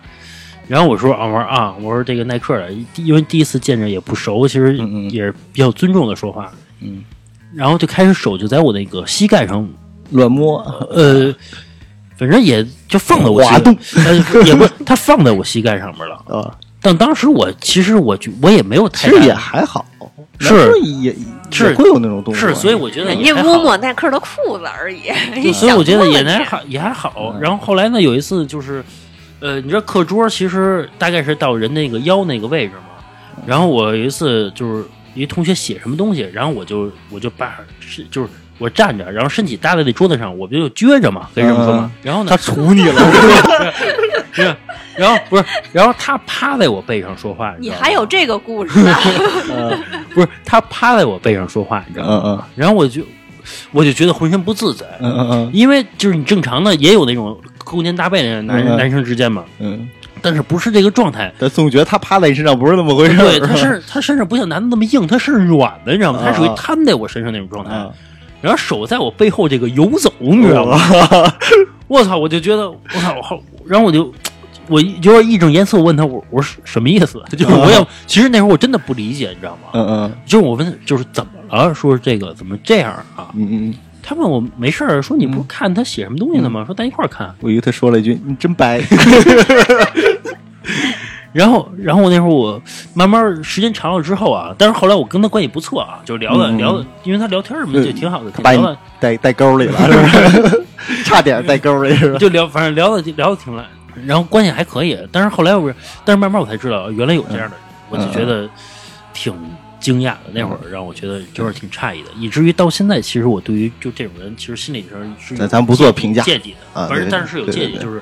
[SPEAKER 1] 然后我说啊，我说啊，我说这个耐克的，因为第一次见着也不熟，其实
[SPEAKER 2] 嗯嗯
[SPEAKER 1] 也是比较尊重的说话。
[SPEAKER 2] 嗯。
[SPEAKER 1] 然后就开始手就在我那个膝盖上
[SPEAKER 2] 乱摸，
[SPEAKER 1] 呃，反正也就放在我膝
[SPEAKER 2] 滑动，
[SPEAKER 1] 呃，也不，他放在我膝盖上面了。
[SPEAKER 2] 啊，
[SPEAKER 1] 但当时我其实我就我也没有
[SPEAKER 2] 其
[SPEAKER 1] 太
[SPEAKER 2] 实也
[SPEAKER 1] 大
[SPEAKER 2] 还好，
[SPEAKER 1] 是
[SPEAKER 2] 男生也
[SPEAKER 1] 是
[SPEAKER 2] 也会有那种动作，啊
[SPEAKER 1] 是，所以我觉得
[SPEAKER 5] 人
[SPEAKER 1] 也
[SPEAKER 5] 家
[SPEAKER 1] 还
[SPEAKER 5] 摸
[SPEAKER 1] 好
[SPEAKER 5] 摸耐克的裤子而已， 你
[SPEAKER 1] 所以
[SPEAKER 5] 想
[SPEAKER 1] 我觉得
[SPEAKER 5] 多
[SPEAKER 1] 也
[SPEAKER 5] 了
[SPEAKER 1] 还
[SPEAKER 5] 你
[SPEAKER 1] 好也还好。然后后来呢，有一次就是，呃，你知道课桌其实大概是到人那个腰那个位置嘛。然后我有一次就是一同学写什么东西，然后我就我就把是就是我站着，然后身体搭在那桌子上，我不就撅着嘛，可以这么说嘛。然后呢，
[SPEAKER 2] 他杵你了，
[SPEAKER 1] 是，然后不是，然后他趴在我背上说话，你
[SPEAKER 5] 你
[SPEAKER 1] 知道吗
[SPEAKER 5] 还有这个故事呢？啊
[SPEAKER 1] 不是他趴在我背上说话，你知道
[SPEAKER 2] 嗯
[SPEAKER 1] 吗？
[SPEAKER 2] 嗯
[SPEAKER 1] 然后我就我就觉得浑身不自在，
[SPEAKER 2] 嗯嗯
[SPEAKER 1] 因为就是你正常的也有那种勾肩搭背的男、
[SPEAKER 2] 嗯嗯
[SPEAKER 1] 男生之间嘛，
[SPEAKER 2] 嗯，
[SPEAKER 1] 但是不是这个状态。
[SPEAKER 2] 但总觉得他趴在你身上不是那么回事儿，
[SPEAKER 1] 对他身他身上不像男的那么硬，他是软的，你知道吗？他属于
[SPEAKER 2] 啊啊
[SPEAKER 1] 瘫在我身上那种状态，
[SPEAKER 2] 啊，
[SPEAKER 1] 然后手在我背后这个游走，你知道吗？
[SPEAKER 2] 哦
[SPEAKER 1] 我操！我就觉得我操，我好，然后我就我有点义正言辞，我问他我我是什么意思？就是我
[SPEAKER 2] 啊
[SPEAKER 1] 也其实那时候我真的不理解，你知道吗？
[SPEAKER 2] 嗯嗯
[SPEAKER 1] 就是我问就是怎么了，说这个怎么这样啊？
[SPEAKER 2] 嗯嗯，
[SPEAKER 1] 他问我没事儿，说你不是看他写什么东西呢吗？说咱一块儿看。
[SPEAKER 2] 我以为他说了一句“你真白
[SPEAKER 1] 然后，然后我那时候我慢慢时间长了之后啊，但是后来我跟他关系不错啊，就聊的、
[SPEAKER 2] 嗯嗯嗯
[SPEAKER 1] 聊的，因为他聊天什么的就挺好的，”，
[SPEAKER 2] 他把
[SPEAKER 1] 聊
[SPEAKER 2] 你
[SPEAKER 1] 的
[SPEAKER 2] 带带沟里了，是不是？差点带沟里是吧？
[SPEAKER 1] 就聊，反正聊的聊的挺来，然后关系还可以。但是后来我，但是慢慢我才知道原来有这样
[SPEAKER 2] 嗯
[SPEAKER 1] 的人，我就觉得挺惊讶的。那会儿让我觉得就是挺诧异的，以至于到现在，其实我对于就这种人，其实心理上是有
[SPEAKER 2] 咱咱不做评价
[SPEAKER 1] 芥蒂的，
[SPEAKER 2] 啊
[SPEAKER 1] 反正
[SPEAKER 2] 对
[SPEAKER 1] 但是是有
[SPEAKER 2] 对
[SPEAKER 1] 芥蒂，
[SPEAKER 2] 对对
[SPEAKER 1] 就是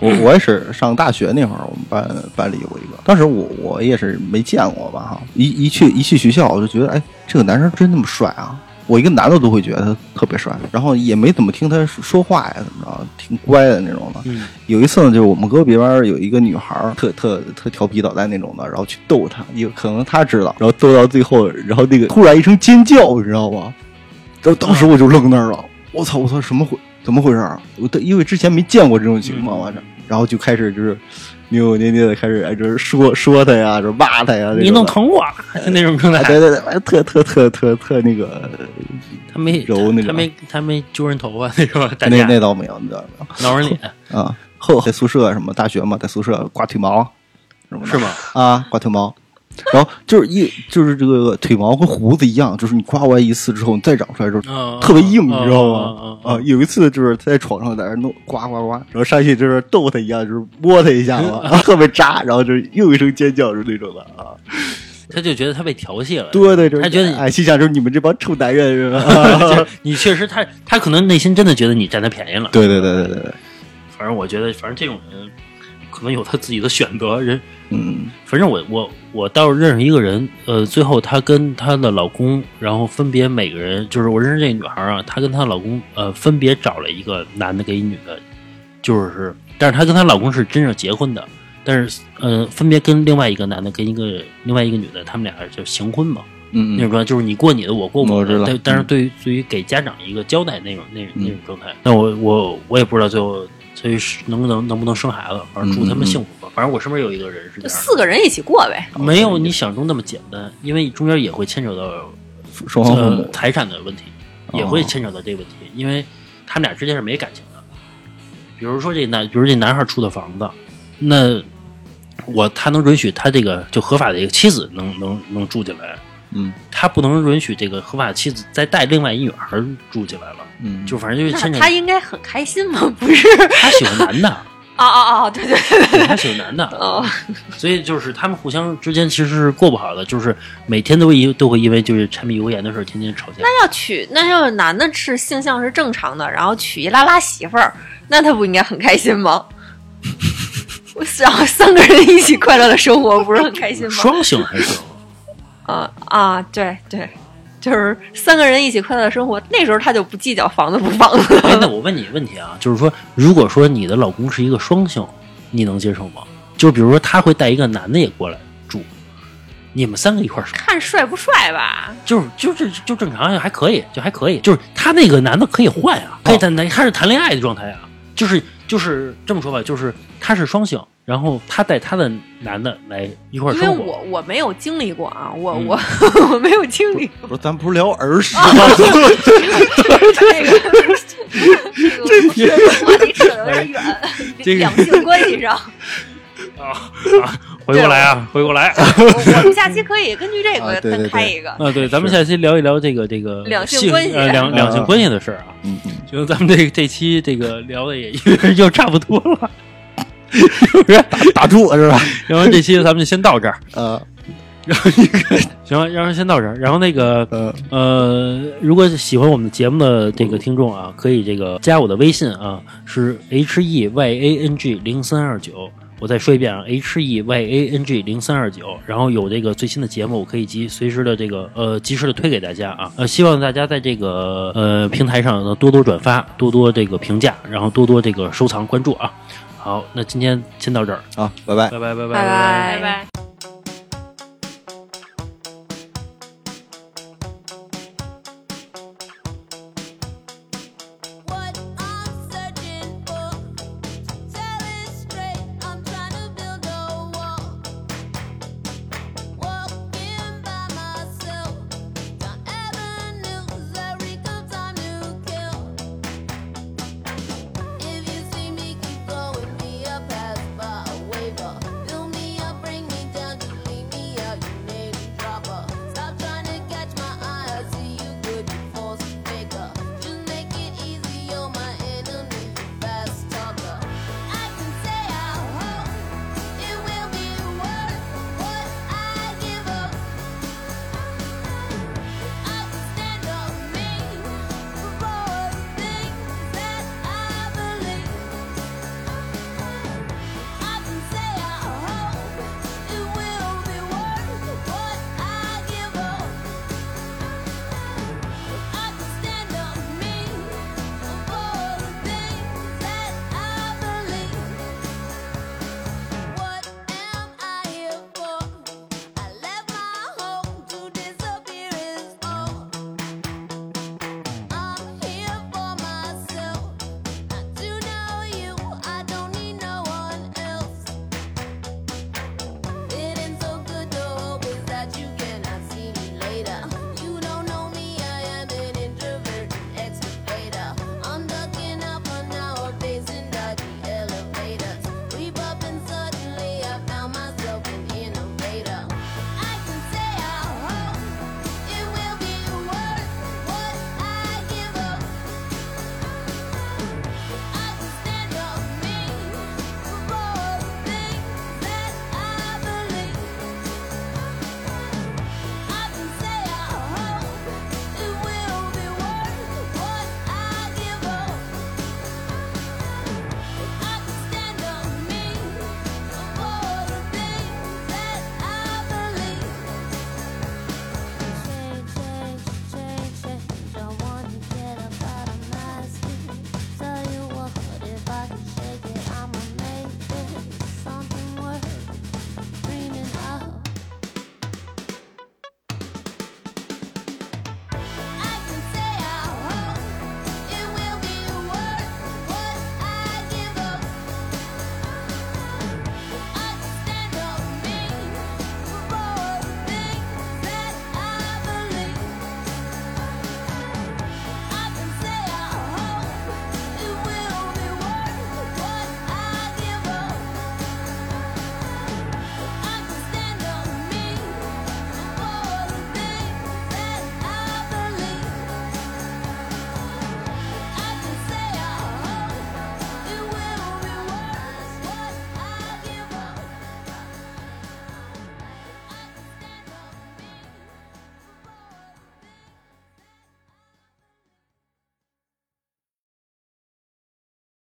[SPEAKER 2] 我我也是上大学那会儿，我们班班里有一个，当时我我也是没见过吧哈，一一去一去学校，我就觉得哎，这个男生真那么帅啊！我一个男的都会觉得他特别帅，然后也没怎么听他说说话呀，怎么着，挺乖的那种的。
[SPEAKER 1] 嗯
[SPEAKER 2] 有一次呢，就是我们隔壁班有一个女孩儿，特特特调皮捣蛋那种的，然后去逗他，有可能他知道，然后逗到最后，然后那个突然一声尖叫，你知道吗？然后当时我就愣那儿了，我操，我操，什么回怎么回事儿？我的因为之前没见过这种情况，我这，然后就开始就是扭扭捏捏的开始，哎，就是说说他呀，就是骂他呀，
[SPEAKER 1] 你
[SPEAKER 2] 那种
[SPEAKER 1] 弄
[SPEAKER 2] 的。
[SPEAKER 1] 疼我啊，就 那种状态
[SPEAKER 2] 哎，。对对对，哎特特特特特那个，
[SPEAKER 1] 他没
[SPEAKER 2] 揉那种
[SPEAKER 1] 他没他没揪人头发那种，打
[SPEAKER 2] 那
[SPEAKER 1] 架
[SPEAKER 2] 那倒没有，那倒没有。
[SPEAKER 1] 挠人脸。
[SPEAKER 2] 啊，后在宿舍什么大学嘛，在宿舍刮腿毛，什么的，
[SPEAKER 1] 是吗？
[SPEAKER 2] 啊，刮腿毛。然后就是一就是这个腿毛和胡子一样，就是你刮完一次之后，你再长出来之后
[SPEAKER 1] 啊
[SPEAKER 2] 特别硬，你知道吗
[SPEAKER 1] 啊？啊
[SPEAKER 2] 啊，有一次就是在床上在那弄刮刮刮，然后上去就是逗他一样，就是摸他一下 嘛，然后特别扎，然后就是又一声尖叫，就是那种的啊。
[SPEAKER 1] 他就觉得他被调戏了。
[SPEAKER 2] 对对，就是
[SPEAKER 1] 哎他觉得你啊
[SPEAKER 2] 哎，心想就是你们这帮臭男人是吧？
[SPEAKER 1] 就是你确实他，他可能内心真的觉得你占他便宜了。
[SPEAKER 2] 对对对对对对，
[SPEAKER 1] 反正我觉得，反正这种人可能有他自己的选择。人，
[SPEAKER 2] 嗯
[SPEAKER 1] 反正我我我倒是认识一个人，呃，最后她跟她的老公，然后分别每个人，就是我认识这女孩啊，她跟她老公，呃，分别找了一个男的给一女的，就是，但是她跟她老公是真正结婚的，但是，呃，分别跟另外一个男的跟一个另外一个女的，他们俩就行婚嘛。那
[SPEAKER 2] 嗯
[SPEAKER 1] 种状态就是你过你的，我过
[SPEAKER 2] 我知
[SPEAKER 1] 的，
[SPEAKER 2] 道
[SPEAKER 1] 但
[SPEAKER 2] 嗯
[SPEAKER 1] 但是对于对于给家长一个交代那种那种
[SPEAKER 2] 嗯
[SPEAKER 1] 那种状态，那我我我也不知道最后最后是能不能能不能生孩子，反正祝他
[SPEAKER 2] 嗯嗯
[SPEAKER 1] 们
[SPEAKER 2] 嗯
[SPEAKER 1] 幸福吧。反正我身边有一个人是这样的，
[SPEAKER 5] 四个人一起过呗。
[SPEAKER 1] 没有你想中那么简单，因为中间也会牵扯到
[SPEAKER 2] 嗯，双方父
[SPEAKER 1] 呃
[SPEAKER 2] 母哦
[SPEAKER 1] 财产的问题，也会牵扯到这个问题，因为他们俩之间是没感情的。比如说这男，比如这男孩出的房子，那我他能允许他这个就合法的一个妻子能能能住进来，
[SPEAKER 2] 嗯
[SPEAKER 1] 他不能允许这个合法妻子再带另外一女孩儿住进来了，
[SPEAKER 2] 嗯，
[SPEAKER 1] 就反正就是牵扯
[SPEAKER 5] 那他应该很开心嘛？不是？
[SPEAKER 1] 他喜欢男的，
[SPEAKER 5] 哦哦哦，对对对对，
[SPEAKER 1] 对他喜欢男 的，
[SPEAKER 5] 哦，
[SPEAKER 1] 所以就是他们互相之间其实是过不好的，就是每天都因都会因为就是柴米油盐的事儿天天吵架。
[SPEAKER 5] 那要娶那要是男的是性向是正常的，然后娶一拉拉媳妇儿，那他不应该很开心吗？ 我然后三个人一起快乐的生活，不是很开心吗？
[SPEAKER 1] 双性还行，
[SPEAKER 5] 啊啊，对对，就是三个人一起快乐的生活，那时候他就不计较房子不房子。
[SPEAKER 1] 哎，那我问你一个问题 啊，就是说，如果说你的老公是一个双性，你能接受吗？就比如说他会带一个男的也过来住，你们三个一块儿生活，
[SPEAKER 5] 看帅不帅吧？
[SPEAKER 1] 就是就是就正常，还可以，就还可以。就是他那个男的可以换啊，可以谈谈，他是谈恋爱的状态啊，就是就是这么说吧，就是他是双性，然后他带他的男的来一块儿
[SPEAKER 5] 因为
[SPEAKER 1] 生
[SPEAKER 5] 我
[SPEAKER 1] 活。
[SPEAKER 5] 我没有经历过啊，我、
[SPEAKER 1] 嗯
[SPEAKER 5] 我我没有经历 过
[SPEAKER 2] 不是咱不是聊 儿时吗？
[SPEAKER 5] 那个这个话题扯得有点远，
[SPEAKER 1] 这个
[SPEAKER 5] 两性关系上，
[SPEAKER 1] 回过来啊，回过来啊！
[SPEAKER 5] 我我们下期可以根据这
[SPEAKER 2] 啊
[SPEAKER 5] 个
[SPEAKER 2] 对对
[SPEAKER 5] 再
[SPEAKER 2] 对
[SPEAKER 5] 开一个。
[SPEAKER 1] 啊，对，咱们下期聊一聊这个这个
[SPEAKER 5] 两性关系
[SPEAKER 1] 呃两两性关系的事儿啊。
[SPEAKER 2] 嗯嗯，
[SPEAKER 1] 行，咱们这这期这个聊的也 又差不多了， 是不是？
[SPEAKER 2] 打住是吧？
[SPEAKER 1] 然后这期咱们就先到这儿，
[SPEAKER 2] 呃
[SPEAKER 1] 然后那个行，然后先到这儿，然后那个
[SPEAKER 2] 呃，
[SPEAKER 1] 呃，如果喜欢我们节目的这个听众啊，可以这个加我的微信啊，是 h e y a n g 零三二九。我再说一遍啊，h e y a n g 零三二九，然后有这个最新的节目，我可以及随时的这个呃及时的推给大家啊，呃，希望大家在这个呃平台上呢多多转发，多多这个评价，然后多多这个收藏关注啊。好，那今天先到这儿，
[SPEAKER 2] 好，拜拜。
[SPEAKER 1] 拜拜拜拜
[SPEAKER 5] 拜
[SPEAKER 7] 拜
[SPEAKER 5] 拜
[SPEAKER 7] 拜